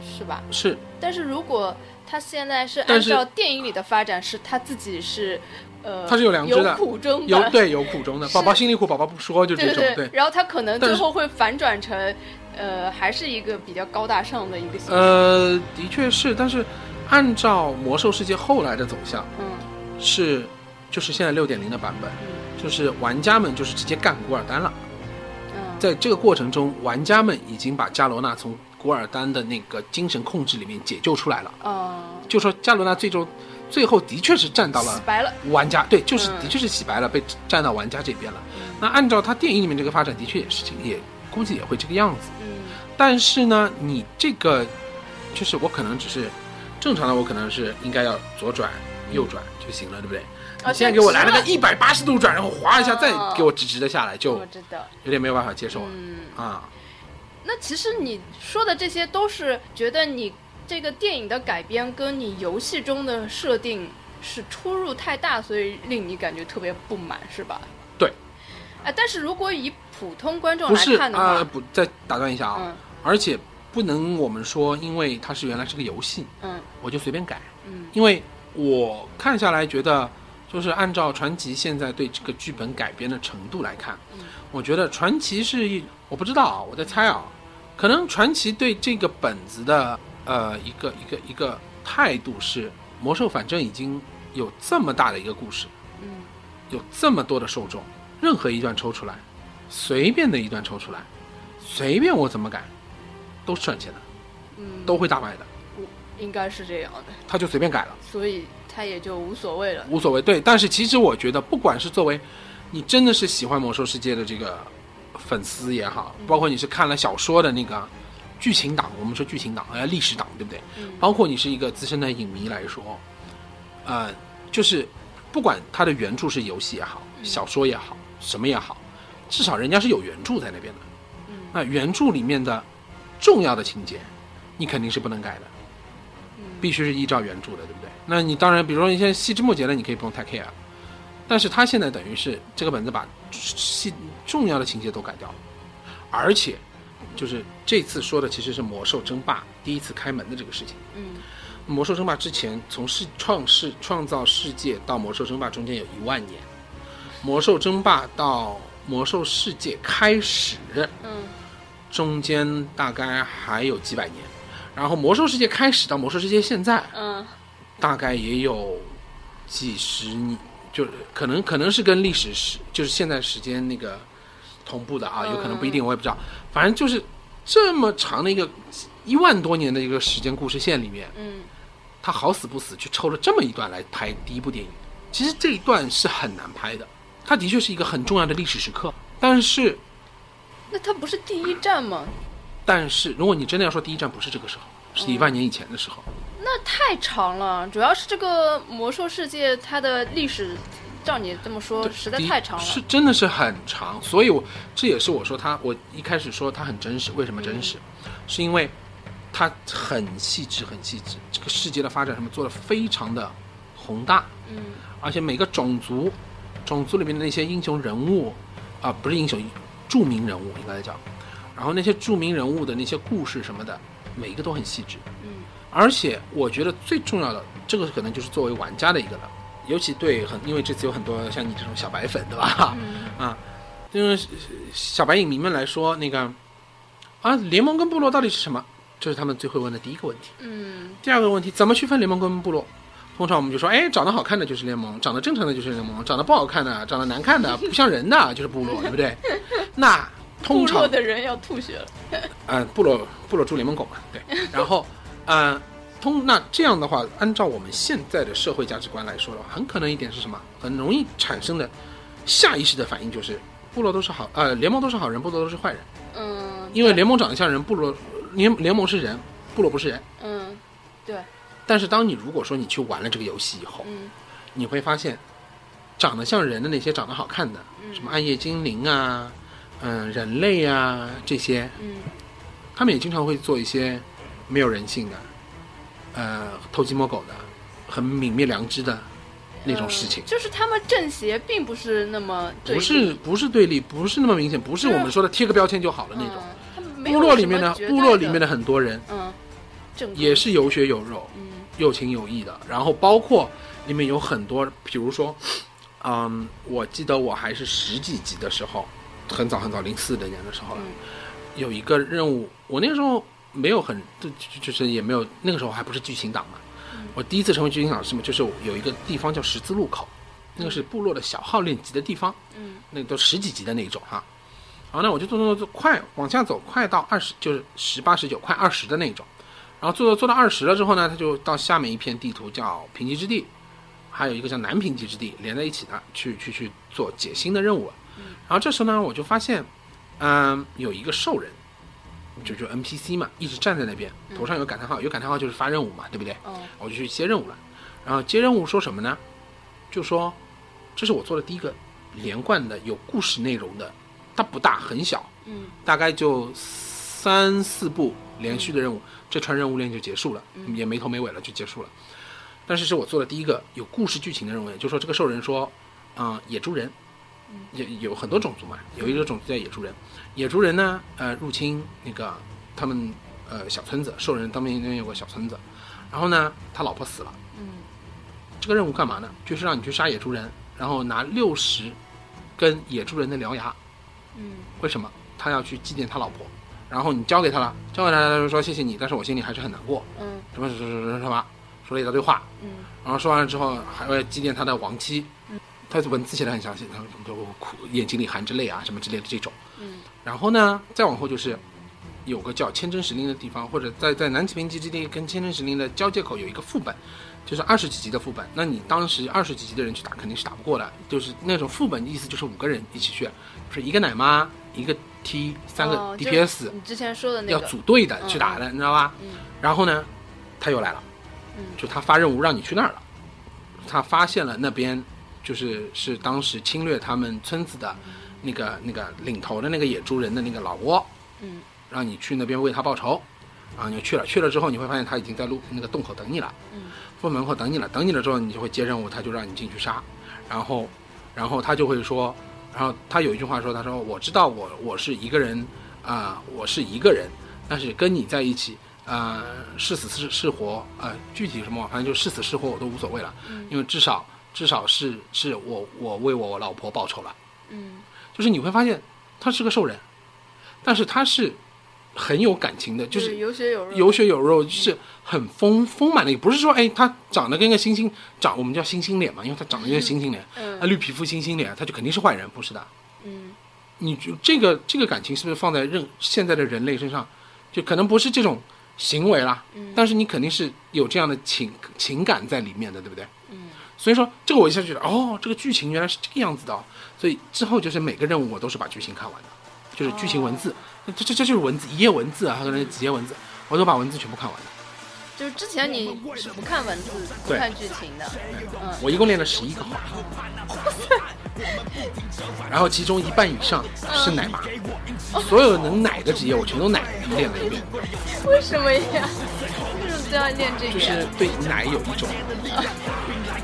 Speaker 1: 是吧？
Speaker 2: 是，
Speaker 1: 但是如果他现在是按
Speaker 2: 但是
Speaker 1: 照电影里的发展，是他自己是，呃，
Speaker 2: 他是有良知的
Speaker 1: 苦衷
Speaker 2: 有
Speaker 1: 的，
Speaker 2: 对有苦衷的。
Speaker 1: 嗯是
Speaker 2: 宝宝心里苦，宝宝不说，就这
Speaker 1: 对
Speaker 2: 种
Speaker 1: 对
Speaker 2: 对。
Speaker 1: 然后他可能
Speaker 2: 但
Speaker 1: 最
Speaker 2: 是
Speaker 1: 后会反转成，呃，还是一个比较高大上的一个形象。
Speaker 2: 呃，的确是，但是按照魔兽世界后来的走向
Speaker 1: 嗯
Speaker 2: 是，就是现在六点零的版本，
Speaker 1: 嗯
Speaker 2: 就是玩家们就是直接干古尔丹了。
Speaker 1: 嗯，
Speaker 2: 在这个过程中，玩家们已经把加罗纳从古尔丹的那个精神控制里面解救出来了。
Speaker 1: 嗯，
Speaker 2: 就说加罗纳最终最后的确是站到
Speaker 1: 洗
Speaker 2: 了
Speaker 1: 白了。
Speaker 2: 玩家，对，就是
Speaker 1: 嗯
Speaker 2: 的确是洗白了，被站到玩家这边了。那按照他电影里面这个发展，的确也是这个，也估计也会这个样子。
Speaker 1: 嗯
Speaker 2: 但是呢，你这个就是我可能只是正常的，我可能是应该要左转右转就行了，对不对？
Speaker 1: 啊
Speaker 2: 你现在给我来了个
Speaker 1: 这
Speaker 2: 一百八十度转，然后滑一下，
Speaker 1: 哦
Speaker 2: 再给我直直的下来，就
Speaker 1: 我知道。
Speaker 2: 有点没有办法接受了
Speaker 1: 嗯，
Speaker 2: 啊。
Speaker 1: 那其实你说的这些都是觉得你这个电影的改编跟你游戏中的设定是出入太大，所以令你感觉特别不满，是吧？
Speaker 2: 对。
Speaker 1: 啊，但是如果以普通观众
Speaker 2: 不
Speaker 1: 来
Speaker 2: 是
Speaker 1: 看的
Speaker 2: 啊，
Speaker 1: 话，
Speaker 2: 不再打断一下啊，
Speaker 1: 嗯
Speaker 2: 而且不能我们说，因为它是原来是个游戏，
Speaker 1: 嗯
Speaker 2: 我就随便改。
Speaker 1: 嗯
Speaker 2: 因为我看下来觉得，就是按照传奇现在对这个剧本改编的程度来看，
Speaker 1: 嗯
Speaker 2: 我觉得传奇是一，我不知道啊，我在猜啊，可能传奇对这个本子的呃一个一个一个态度是，魔兽反正已经有这么大的一个故事，
Speaker 1: 嗯
Speaker 2: 有这么多的受众，任何一段抽出来，随便的一段抽出来，随便我怎么改，都是赚钱的，
Speaker 1: 嗯，
Speaker 2: 都会大卖的，
Speaker 1: 应该是这样的，
Speaker 2: 他就随便改了。
Speaker 1: 所以他也就无所谓了。
Speaker 2: 无所谓。对，但是其实我觉得，不管是作为你真的是喜欢魔兽世界的这个粉丝也好，包括你是看了小说的那个剧情党，我们说剧情党，呃，历史党，对不对？
Speaker 1: 嗯
Speaker 2: 包括你是一个资深的影迷来说，呃，就是不管它的原著是游戏也好，小说也好，什么也好，至少人家是有原著在那边的。
Speaker 1: 嗯
Speaker 2: 那原著里面的重要的情节，你肯定是不能改的，必须是依照原著的，对不对？那你当然，比如说一些细枝末节的，你可以不用太 care，但是他现在等于是这个本子把细重要的情节都改掉了，而且就是这次说的其实是魔兽争霸第一次开门的这个事情。
Speaker 1: 嗯
Speaker 2: 魔兽争霸之前，从世创世创造世界到魔兽争霸中间有一万年，魔兽争霸到魔兽世界开始，
Speaker 1: 嗯
Speaker 2: 中间大概还有几百年，然后魔兽世界开始到魔兽世界现在
Speaker 1: 嗯
Speaker 2: 大概也有几十年，就是可能可能是跟历史时就是现在时间那个同步的啊，
Speaker 1: 嗯
Speaker 2: 有可能不一定，我也不知道。反正就是这么长的一个一万多年的一个时间故事线里面，
Speaker 1: 嗯
Speaker 2: 他好死不死去抽了这么一段来拍第一部电影。其实这一段是很难拍的，它的确是一个很重要的历史时刻，但是
Speaker 1: 那他不是第一站吗？
Speaker 2: 但是如果你真的要说第一站不是这个时候，是一万年以前的时候，
Speaker 1: 那太长了，主要是这个魔兽世界它的历史，照你这么说，
Speaker 2: 对
Speaker 1: 实在
Speaker 2: 第一
Speaker 1: 太长了。
Speaker 2: 是真的是很长。所以我这也是我说它，我一开始说它很真实，为什么真实？
Speaker 1: 嗯
Speaker 2: 是因为它很细致，很细致，这个世界的发展什么做的非常的宏大，
Speaker 1: 嗯
Speaker 2: 而且每个种族，种族里面的那些英雄人物，啊、不是英雄，著名人物应该叫，然后那些著名人物的那些故事什么的，每一个都很细致。
Speaker 1: 嗯
Speaker 2: 而且我觉得最重要的，这个可能就是作为玩家的一个了，尤其对很，因为这次有很多像你这种小白粉，对吧？
Speaker 1: 嗯
Speaker 2: 啊，因为小白影迷们来说，那个啊，联盟跟部落到底是什么？这是他们最会问的第一个问题。
Speaker 1: 嗯
Speaker 2: 第二个问题，怎么区分联盟跟部落？通常我们就说，哎，长得好看的就是联盟，长得正常的就是联盟，长得不好看的、长得难看的、不像人的就是部落，对不对？那通
Speaker 1: 部
Speaker 2: 常
Speaker 1: 落的人要吐血了。
Speaker 2: 嗯，部落部落住联盟狗嘛，对。然后，嗯，通那这样的话，按照我们现在的社会价值观来说的话，很可能一点是什么？很容易产生的下意识的反应就是，部落都是好，呃，联盟都是好人，部落都是坏人，
Speaker 1: 嗯，
Speaker 2: 因为
Speaker 1: 对
Speaker 2: 联盟长得像人，部落联联盟是人，部落不是人。
Speaker 1: 嗯对
Speaker 2: 但是当你如果说你去玩了这个游戏以后，
Speaker 1: 嗯
Speaker 2: 你会发现，长得像人的那些长得好看的，
Speaker 1: 嗯
Speaker 2: 什么暗夜精灵啊，嗯人类呀、这些，
Speaker 1: 嗯
Speaker 2: 他们也经常会做一些没有人性的，呃偷鸡摸狗的，很泯灭良知的那种事情
Speaker 1: 呃。就是他们正邪并不是那么嗯对
Speaker 2: 不
Speaker 1: 立
Speaker 2: 是不是对立，不是那么明显，不是我们说的贴个标签就好了那
Speaker 1: 嗯
Speaker 2: 种。
Speaker 1: 他们没有
Speaker 2: 部落里面
Speaker 1: 什么
Speaker 2: 的
Speaker 1: 绝对
Speaker 2: 部落里面的很多人
Speaker 1: 嗯，正
Speaker 2: 也
Speaker 1: 规
Speaker 2: 是有血有肉，
Speaker 1: 嗯
Speaker 2: 有情有义的。然后包括里面有很多，比如说，嗯，我记得我还是十几集的时候，很早很早，零四年的时候了，
Speaker 1: 嗯
Speaker 2: 有一个任务，我那个时候没有很，就就就是也没有，那个时候还不是剧情党嘛。我第一次成为剧情党是什么？就是有一个地方叫十字路口，那个是部落的小号练级的地方。
Speaker 1: 嗯
Speaker 2: 那都十几级的那一种哈。然后呢，我就做做做做，快往下走，快到二十，就是十八、十九，快二十的那一种。然后做做做到二十了之后呢，它就到下面一片地图叫贫瘠之地，还有一个叫南贫瘠之地，连在一起的，去去去做解新的任务了。啊然后这时候呢，我就发现，嗯，有一个兽人，就就 NPC 嘛，一直站在那边，头上有感叹号，有感叹号就是发任务嘛，对不对？
Speaker 1: 哦
Speaker 2: 我就去接任务了。然后接任务说什么呢？就说这是我做的第一个连贯的有故事内容的，它不大很小，
Speaker 1: 嗯
Speaker 2: 大概就三四部连续的任务，这串任务链就结束了，也没头没尾了就结束了。但是是我做的第一个有故事剧情的任务，也就是说这个兽人说，嗯、野猪人，也有很多种族嘛，有一个种族叫野猪人，野猪人呢，呃，入侵那个他们呃小村子，兽人当面那边有个小村子，然后呢，他老婆死了，
Speaker 1: 嗯
Speaker 2: 这个任务干嘛呢？就是让你去杀野猪人，然后拿六十根野猪人的獠牙，
Speaker 1: 嗯
Speaker 2: 为什么？他要去祭奠他老婆，然后你交给他了，交给他他就说谢谢你，但是我心里还是很难过，
Speaker 1: 嗯
Speaker 2: 什么什么什么什么，说了一大堆话，
Speaker 1: 嗯
Speaker 2: 然后说完了之后还会祭奠他的亡妻，他文字写的很详细，他说我哭，眼睛里含着泪啊什么之类的这种。
Speaker 1: 嗯
Speaker 2: 然后呢，再往后就是有个叫千真石令的地方，或者在在南极平极之地跟千真石令的交界口有一个副本，就是二十几级的副本。那你当时二十几级的人去打肯定是打不过的，就是那种副本意思就是五个人一起去，就是一个奶妈，一个 T，三个
Speaker 1: 哦就是
Speaker 2: DPS、
Speaker 1: 你之前说的那
Speaker 2: 要
Speaker 1: 个
Speaker 2: 组队的去打的，你知道吧？
Speaker 1: 嗯
Speaker 2: 然后呢，他又来了，
Speaker 1: 嗯
Speaker 2: 就他发任务让你去那儿了，他发现了那边就是是当时侵略他们村子的那个那个领头的那个野猪人的那个老窝。
Speaker 1: 嗯
Speaker 2: 让你去那边为他报仇，啊，你就去了，去了之后你会发现他已经在路那个洞口等你了，
Speaker 1: 嗯
Speaker 2: 封门口等你了，等你了之后你就会接任务，他就让你进去杀，然后，然后他就会说，然后他有一句话说，他说我知道我我是一个人啊、我是一个人，但是跟你在一起。啊，是死是是活，啊，具体什么，反正就是死是活我都无所谓了，因为至少至少是是我我为我老婆报仇了，
Speaker 1: 嗯
Speaker 2: 就是你会发现他是个兽人，但是他是很有感情的，
Speaker 1: 就
Speaker 2: 就
Speaker 1: 是
Speaker 2: 是
Speaker 1: 有血有肉
Speaker 2: 有血有肉，就是很丰丰满的一个，不是说哎他长得跟个猩猩长，我们叫猩猩脸嘛，因为他长得跟个猩猩脸，
Speaker 1: 嗯
Speaker 2: 啊绿皮肤猩猩脸，他就肯定是坏人，不是的。
Speaker 1: 嗯
Speaker 2: 你就这个这个感情是不是放在任现在的人类身上，就可能不是这种行为啦，
Speaker 1: 嗯
Speaker 2: 但是你肯定是有这样的情情感在里面的，对不对？
Speaker 1: 嗯
Speaker 2: 所以说这个我一下就觉得，哦，这个剧情原来是这个样子的、哦，所以之后就是每个任务我都是把剧情看完的，就是剧情文字，这这这这就是文字一页文字啊，还有那几页文字，我都把文字全部看完了。
Speaker 1: 就是之前你是不看文字不
Speaker 2: 对
Speaker 1: 看剧情的嗯
Speaker 2: 我一共练了十一个号， 然后其中一半以上是奶妈，所有能奶的职业我全都奶练了一遍，
Speaker 1: 为什么呀？为什么都要练这
Speaker 2: 就
Speaker 1: 个
Speaker 2: 是
Speaker 1: 呀？
Speaker 2: 对奶有一种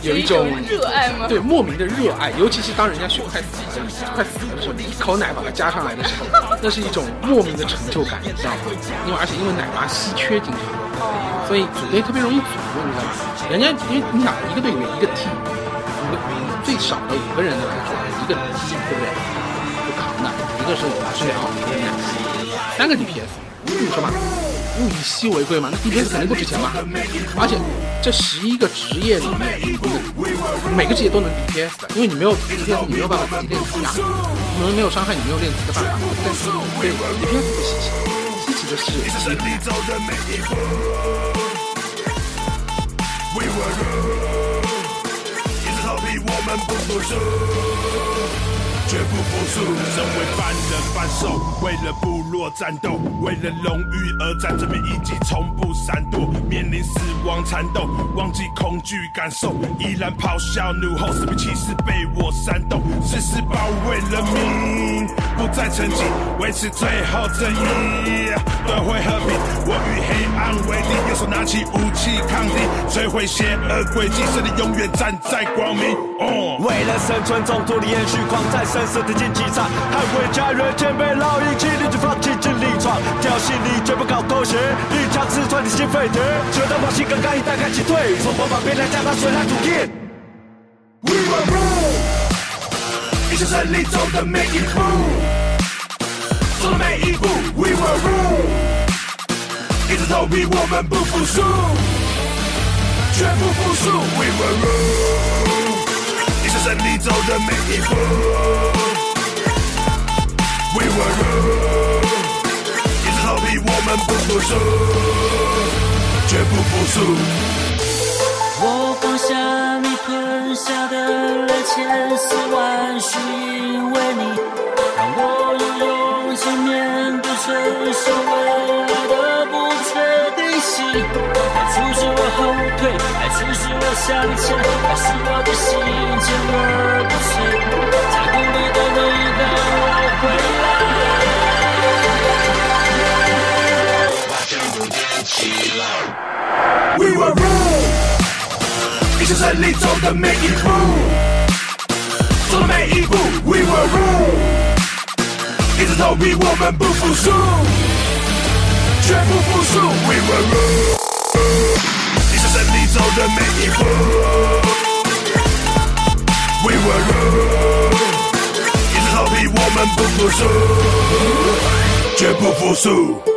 Speaker 2: 有
Speaker 1: 有
Speaker 2: 一
Speaker 1: 一
Speaker 2: 种
Speaker 1: 种热爱吗？
Speaker 2: 对莫名的热爱，尤其是当人家血快死了，快死了的时候，你一口奶把它加上来的时候，那是一种莫名的成就感，你知道吗？因为而且因为奶妈稀缺经常，所以组队特别容易组，你知道吗？人家因为你想一个队里面一个 T，五个嗯最少的五个人的来说，一个 T 对不对？就扛的，一个是我是两，一个是奶三个 DPS，你说嘛？物以稀为贵嘛，那 DPS 肯定不值钱嘛。而且这十一个职业里面，每个职业都能 DPS 的，因为你没有 DPS，你没有办法自己练级啊，你们没有伤害，你没有练级的办法。但是对 DPS 不稀奇，稀奇的是机会。
Speaker 3: 好比我们不服输。绝不服输。身为半人半兽，为了部落战斗，为了荣誉而战，这边一击从不闪躲，面临死亡缠斗，忘记恐惧感受，依然咆哮怒吼，士兵气势被我煽动，誓师保卫人民，不再沉寂，维持最后正义，夺回和平。我与黑暗为敌，右手拿起武器抗敌，摧毁邪恶诡计，胜利永远站在光明。哦、
Speaker 4: 为了生存，中途的延续狂战，生死的竞技场，捍卫家园，前辈老鹰，气力就放弃尽力闯，挑衅你绝不搞妥协，一枪刺穿你心肺田，决断把心刚刚一打开击退，从我把别来加大水来土印。
Speaker 3: We will rule，一起胜利中的每一步，走的每一步。We will rule，一直投币，我们不服输，绝不服输。We will rule，一起胜利走的每一步。We will rule，一直投币，我们不服输，绝不服输。
Speaker 5: 我放下你喷下的泪，千丝万绪，因为你让我有勇气面对承受未来的不确定性。爱促使我后退，爱促使我向前，爱使我的心坚而不摧。在鼓励的你让我回来。
Speaker 3: We will rule，一起胜利走的每一步，走的每一步。We will rule，一直投币，我们不服输，绝不服输。We will rule，一起胜利走的每一步。We will rule，一直投币，我们不服输，绝不服输。